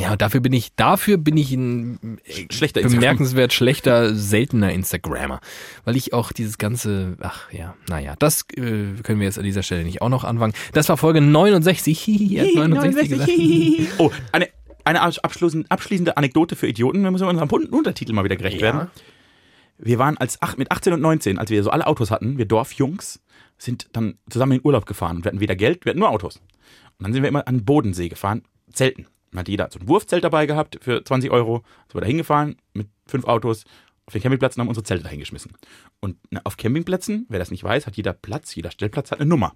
Ja, und dafür bin ich, dafür bin ich ein äh, Schlechter bemerkenswert schlechter, seltener Instagrammer. Weil ich auch dieses ganze, ach ja, naja, das äh, können wir jetzt an dieser Stelle nicht auch noch anfangen. Das war Folge 69. Hihi, er hat 69 gesagt. Oh, eine, eine abs- abschließende, abschließende Anekdote für Idioten. Wir müssen unserem Un- Untertitel mal wieder gerecht werden. Wir waren als acht, mit 18 und 19, als wir so alle Autos hatten, wir Dorfjungs, sind dann zusammen in den Urlaub gefahren. Wir hatten weder Geld, wir hatten nur Autos. Und dann sind wir immer an den Bodensee gefahren, Zelten. Dann hat jeder so ein Wurfzelt dabei gehabt für 20 Euro. Sind wir da hingefahren mit fünf Autos auf den Campingplätzen haben unsere Zelte da hingeschmissen. Und ne, auf Campingplätzen, wer das nicht weiß, hat jeder Platz, jeder Stellplatz hat eine Nummer.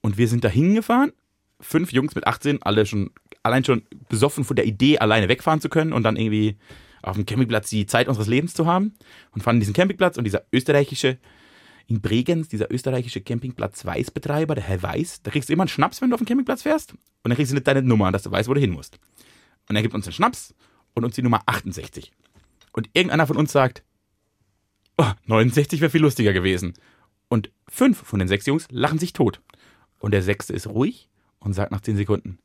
Und wir sind da hingefahren fünf Jungs mit 18, alle schon allein schon besoffen von der Idee, alleine wegfahren zu können und dann irgendwie auf dem Campingplatz die Zeit unseres Lebens zu haben und fanden diesen Campingplatz und dieser österreichische in Bregenz, dieser österreichische Campingplatz Weißbetreiber, der Herr Weiß, da kriegst du immer einen Schnaps, wenn du auf den Campingplatz fährst und dann kriegst du nicht deine Nummer, dass du weißt, wo du hin musst. Und er gibt uns den Schnaps und uns die Nummer 68. Und irgendeiner von uns sagt, oh, 69 wäre viel lustiger gewesen. Und fünf von den sechs Jungs lachen sich tot. Und der sechste ist ruhig und sagt nach zehn Sekunden,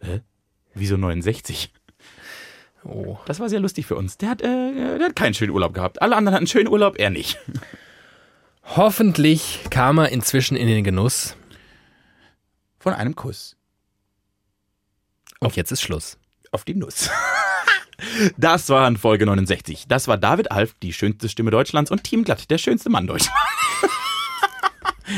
hä? Wieso 69? Oh. Das war sehr lustig für uns. Der hat, äh, der hat keinen schönen Urlaub gehabt. Alle anderen hatten einen schönen Urlaub, er nicht. Hoffentlich kam er inzwischen in den Genuss. Von einem Kuss Und jetzt ist Schluss. auf die Nuss. Das waren Folge 69. Das war David Alf, die schönste Stimme Deutschlands und Team Glatt, der schönste Mann Deutschlands.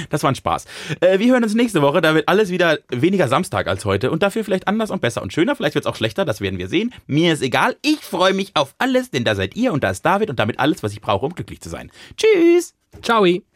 Das war ein Spaß. Äh, wir hören uns nächste Woche. Da wird alles wieder weniger Samstag als heute und dafür vielleicht anders und besser und schöner. Vielleicht wird es auch schlechter, das werden wir sehen. Mir ist egal. Ich freue mich auf alles, denn da seid ihr und da ist David und damit alles, was ich brauche, um glücklich zu sein. Tschüss! Ciao.